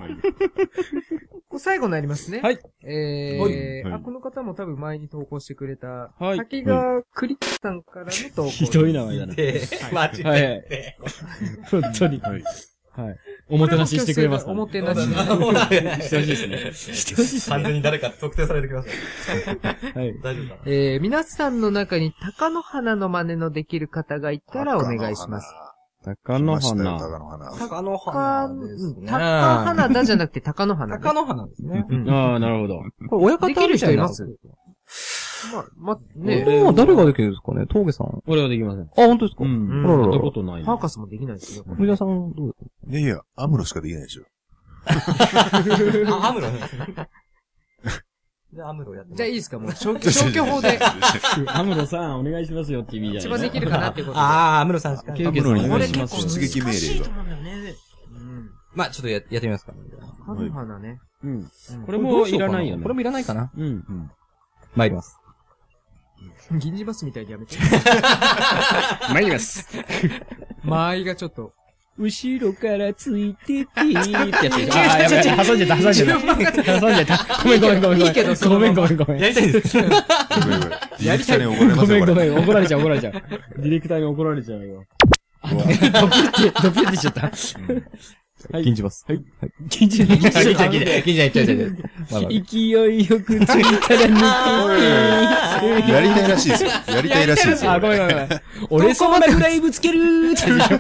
Speaker 5: れ最後になりますね。
Speaker 6: はい。
Speaker 5: えー、
Speaker 4: は
Speaker 5: あ、
Speaker 4: い
Speaker 5: この方も多分前に投稿してくれた、
Speaker 6: はい
Speaker 5: 滝川クリッさんからの投稿。
Speaker 6: ひどい名前だ
Speaker 7: い。
Speaker 6: ね。
Speaker 7: で、マジ
Speaker 6: は
Speaker 7: で。
Speaker 6: い。本当に。はい。おもてなししてくれますから
Speaker 5: お
Speaker 6: ね。
Speaker 5: もてなし。
Speaker 6: してほしいですね。してほしいです
Speaker 7: 完
Speaker 6: ね。
Speaker 7: 全に誰か特定されてきました。
Speaker 6: はい。
Speaker 7: 大丈夫かな
Speaker 5: えー、皆さんの中に鷹の花の真似のできる方がいたらお願いします。
Speaker 6: 高
Speaker 4: 高
Speaker 6: 野
Speaker 4: 野花。
Speaker 6: 花。
Speaker 4: 高野花。
Speaker 7: 高野
Speaker 5: 鷹
Speaker 7: 花で
Speaker 5: の
Speaker 7: すね。
Speaker 5: 花だじゃなくて鷹の花ね。
Speaker 7: 高野花ですね。
Speaker 6: ああ、なるほど。
Speaker 7: これ、親
Speaker 5: できる人いますまあ、まあ、ねえ。
Speaker 7: 誰ができるんですかね峠さん。あ、
Speaker 6: 俺はできません。
Speaker 7: 本当ですか
Speaker 6: うん。
Speaker 5: あらら
Speaker 6: や
Speaker 5: ら
Speaker 6: ったことないね。
Speaker 5: ハーカスもできないですね。
Speaker 7: 藤田さん、どう
Speaker 4: いやいや、アムロしかできないでしょ。
Speaker 7: ですかあ、アムロね。じゃあ、アムロやってみます
Speaker 5: じゃあいいですかもう消去、消去 法で、
Speaker 6: アムロさん、お願いしますよって意味じ
Speaker 5: 一
Speaker 6: ゃない
Speaker 5: 番できるかなっていうことで。
Speaker 7: あー、アムロさんしか。
Speaker 6: ケウ
Speaker 4: ア
Speaker 6: ケ
Speaker 4: ム
Speaker 6: さん
Speaker 4: ロに
Speaker 6: お
Speaker 4: ね
Speaker 6: 願い
Speaker 5: 俺
Speaker 6: しま
Speaker 5: 結構
Speaker 4: 出
Speaker 6: す。
Speaker 4: 撃命令が。
Speaker 5: うん。
Speaker 7: まあ、ちょっとややってみますか。
Speaker 5: 鷹の花ね。
Speaker 6: うん。
Speaker 5: うん
Speaker 6: これもいらないよね。
Speaker 7: これもいらないかな
Speaker 6: うん。
Speaker 7: 参ります。
Speaker 5: 銀次バスみたいにやめて。
Speaker 11: 参ります。
Speaker 5: 間合いがちょっと。
Speaker 6: 後ろからついててーってやつでしょ。
Speaker 11: あー、やばいやばい、挟んじゃった、挟んじゃっ
Speaker 6: 順番
Speaker 11: た。
Speaker 6: が
Speaker 11: 挟んじゃった。ごめんごめんごめんごめん。
Speaker 6: いいけどそ
Speaker 11: ご
Speaker 6: の
Speaker 11: め
Speaker 6: ま
Speaker 11: ん
Speaker 6: ま
Speaker 11: ごめんごめん。
Speaker 6: やりたいです
Speaker 11: ごめん
Speaker 4: やりたいね、怒られま
Speaker 11: ご
Speaker 4: す
Speaker 11: め
Speaker 4: よ、
Speaker 11: ん
Speaker 4: こ
Speaker 11: ご
Speaker 4: れ。
Speaker 11: めん、怒られちゃう怒られちゃう。ディレクターに怒られちゃうよ。あドキュって、ドキュってしちゃった。はい。禁じます。はい。禁じます。
Speaker 6: 禁じちゃう禁じちゃう禁じちゃう禁じちゃう
Speaker 11: まあ まあ
Speaker 6: 勢いよくついたら抜けてー
Speaker 4: やりたいらしいですよやりたいらしいですよ
Speaker 11: あ、ごめんごめんごめん。俺そんなフライぶつけるーって言うでしょ。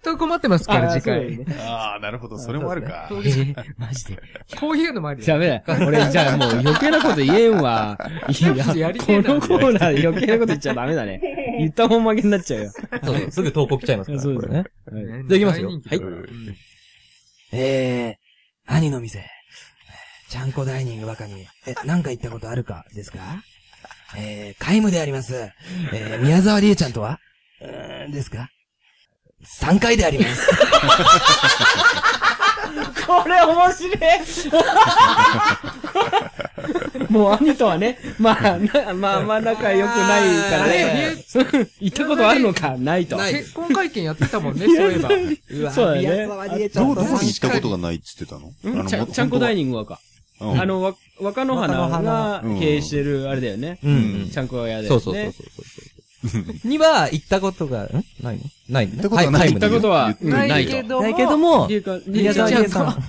Speaker 5: と困ってますから、
Speaker 11: あー
Speaker 5: 次回。
Speaker 11: そう
Speaker 4: ああ、なるほど、それもあるか。
Speaker 5: そう
Speaker 11: え
Speaker 5: ですね
Speaker 11: ー、マジで。
Speaker 5: こういうのもあるよ。
Speaker 11: ダメだ。俺、じゃあもう余計なこと言えんわ。いや、こ
Speaker 5: やりてえ
Speaker 11: の
Speaker 5: な
Speaker 11: コーナー余計なこと言っちゃダメだね。言ったもん負けになっちゃうよ。
Speaker 6: そうすぐ投稿来ちゃいますから
Speaker 11: そうですね。
Speaker 5: ね
Speaker 6: じゃあ行きますよ
Speaker 5: 大人気
Speaker 6: はい
Speaker 7: えー、兄の店。ちゃんこダイニングばかに、え、なんか行ったことあるかですかえー、皆無であります。えー、宮沢りえちゃんとはうーん、ですか ?3 回であります。
Speaker 6: これ面白い もう兄とはね、まあ、なまあ、まあ仲良くないからね。行ったことあるのかないと。
Speaker 5: 結婚会見やってたもんね、そういえば。
Speaker 6: うわ そうだね宮沢りえちゃん
Speaker 4: どう、どこに行ったことがないって言ってたのあの
Speaker 6: ちゃ
Speaker 4: も
Speaker 6: んちゃんこダイニングはか。あの、わ若野花が経営してる、あれだよね。
Speaker 7: うん
Speaker 6: ちゃんこ屋で。
Speaker 7: そうそうそうそうには、行ったことが、んないのないのね。行った
Speaker 6: ことはない行ったことは
Speaker 11: ないと
Speaker 7: ないけども、
Speaker 6: リエカ
Speaker 7: 宮沢りえ
Speaker 6: リ
Speaker 7: さ
Speaker 6: エカ
Speaker 7: ん。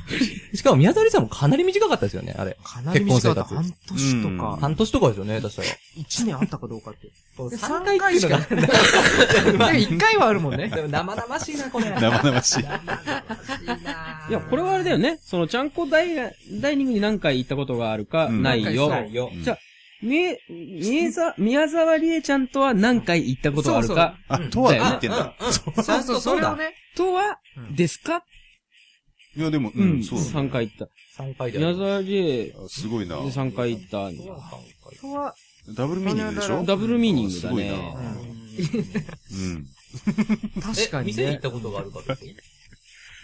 Speaker 7: しかも宮沢りえさんもかなり短かったですよね、あれ。
Speaker 5: かなり短かった
Speaker 7: 結婚生
Speaker 5: 半年
Speaker 7: 活
Speaker 5: とか
Speaker 7: うん半年とかですよね、確か
Speaker 5: 1年あったかどうかって。
Speaker 7: 3
Speaker 5: 3回しか。でも1回 はあるもんね。
Speaker 7: でも生々しいな、これ。
Speaker 4: 生々しい。
Speaker 6: いや、これはあれだよね。その、ちゃんこダイダイニングに何回行ったことがあるか、
Speaker 4: ん
Speaker 6: ないよ。
Speaker 4: ないよ
Speaker 6: じゃあ、みえ、みえざ、宮沢りえちゃんとは何回行ったことがあるか。
Speaker 4: そうそう あとは言ってんだ
Speaker 6: そうそう、そう
Speaker 5: それを
Speaker 6: だ。
Speaker 5: ね。
Speaker 6: とは、ですか
Speaker 4: いや、でも、う、
Speaker 6: うんん、
Speaker 4: そうだね。
Speaker 6: 3回行った。
Speaker 7: 三回
Speaker 6: 宮沢りえ、
Speaker 4: すごいな。
Speaker 6: 3回行った。
Speaker 5: とは、
Speaker 4: ダブルミーニングでしょ
Speaker 6: ダブルミーニングだ
Speaker 4: す
Speaker 6: ね。
Speaker 4: うん。
Speaker 5: 確かにね。
Speaker 7: 店に行ったことがあるかですよ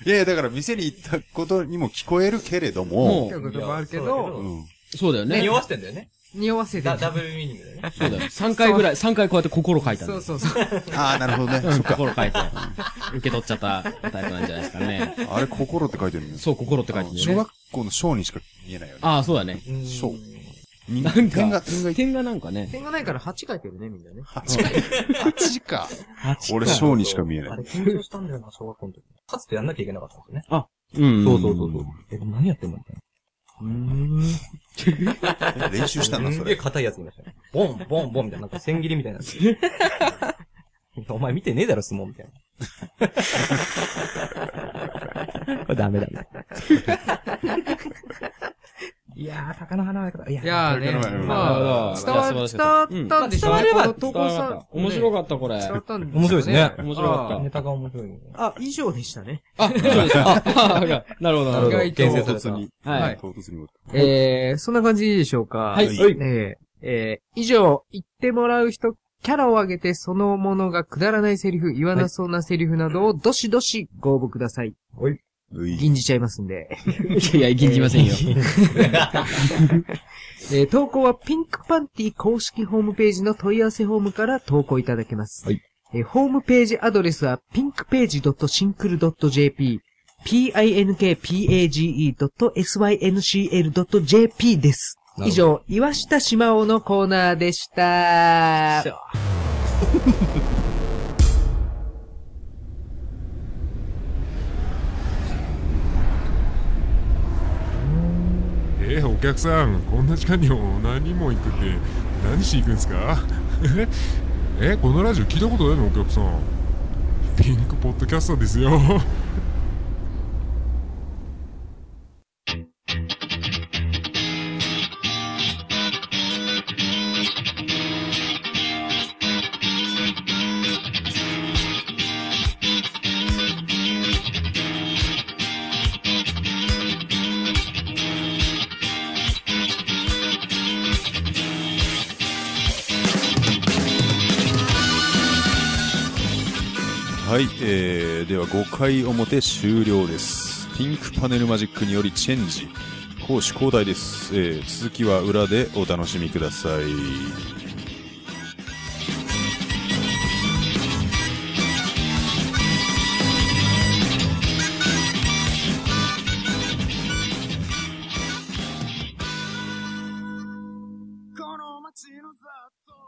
Speaker 4: いやいや、だから店に行ったことにも聞こえるけれど
Speaker 5: 行
Speaker 4: も
Speaker 5: っ、たこともあるけど、
Speaker 4: うん。
Speaker 6: そうだよね。
Speaker 7: 匂わせてんだよね。
Speaker 5: 匂わせて
Speaker 7: ダ
Speaker 5: る。
Speaker 7: ダブルミーニングだよね。
Speaker 6: そうだよ。3回ぐらい、3回こうやって心書いたんだ
Speaker 5: そ
Speaker 6: よ
Speaker 5: う。そうそう。
Speaker 4: ああ、なるほどね。
Speaker 6: う
Speaker 4: そ
Speaker 6: ん、
Speaker 4: っか。
Speaker 6: 心書いて。受け取っちゃったタイプなんじゃないですかね。
Speaker 4: あれ、心って書いてるんです
Speaker 6: そう、心って書いてるね。
Speaker 4: 小学校の小にしか見えないよね。
Speaker 6: ああ、そうだね。
Speaker 4: 小。
Speaker 6: なん
Speaker 4: 点が、
Speaker 6: か、
Speaker 4: 点が
Speaker 6: 点がなんかね。
Speaker 5: 点がないから8書いてるね、みんなね。
Speaker 4: 8か。俺、小にしか見えな
Speaker 7: あ
Speaker 4: い
Speaker 7: れ。緊張したんだよな、小学校の時。かつてやんなきゃいけなかったんですよね。
Speaker 6: うん。
Speaker 7: そうそうそうそう。え、何やってんの
Speaker 4: 練習したんだ、
Speaker 7: す
Speaker 4: そ
Speaker 7: んげえ
Speaker 4: れ。
Speaker 7: 硬いやついましたね。ボン、ボン、ボンみたいな、なんか千切りみたいなやつ。いやお前見てねえだろ、相撲みたいな。これダメだね。いやー、高の花だから。い や
Speaker 5: いやーね、まあ、伝わ、
Speaker 6: いや
Speaker 5: 伝わったんでしょうね。
Speaker 7: 伝われば
Speaker 5: この投稿さん。
Speaker 6: 面白
Speaker 5: っ
Speaker 6: かった、これ。
Speaker 5: 伝わったん
Speaker 7: 面白いですね
Speaker 6: 面白かっ
Speaker 7: ネタが面白いね。
Speaker 5: あ、以上でしたね。
Speaker 6: た。あ、 そうです。あ、あなるほど、なるほど。
Speaker 5: 意外
Speaker 4: 唐
Speaker 5: と。
Speaker 4: 突に。
Speaker 6: は
Speaker 4: 唐突に。
Speaker 5: えー、そんな感じでしょうか。
Speaker 6: はい。
Speaker 4: はい
Speaker 6: はい
Speaker 5: ねえ、えー、以上、言ってもらう人、キャラを上げてそのものがくだらないセリフ、言わなそうなセリフなどをどしどしご応募ください。
Speaker 4: うい。
Speaker 5: 銀じちゃいますんで。
Speaker 6: いやいや、銀じませんよ。
Speaker 5: えー投稿はピンクパンティ公式ホームページの問い合わせフォームから投稿いただけます。
Speaker 4: はい
Speaker 5: えーホームページアドレスは pinkpage.syncl.jp pinkpage.syncl.jp です。以上、岩下島尾のコーナーでした。
Speaker 10: えーお客さんこんな時間に何も行くって何しに行くんですか えこのラジオ聞いたことないのお客さんピンクポッドキャストですよ
Speaker 4: はい、えー、では5回表終了です。ピンクパネルマジックによりチェンジ。攻守交代です。えー、続きは裏でお楽しみください。
Speaker 12: 街の雑踏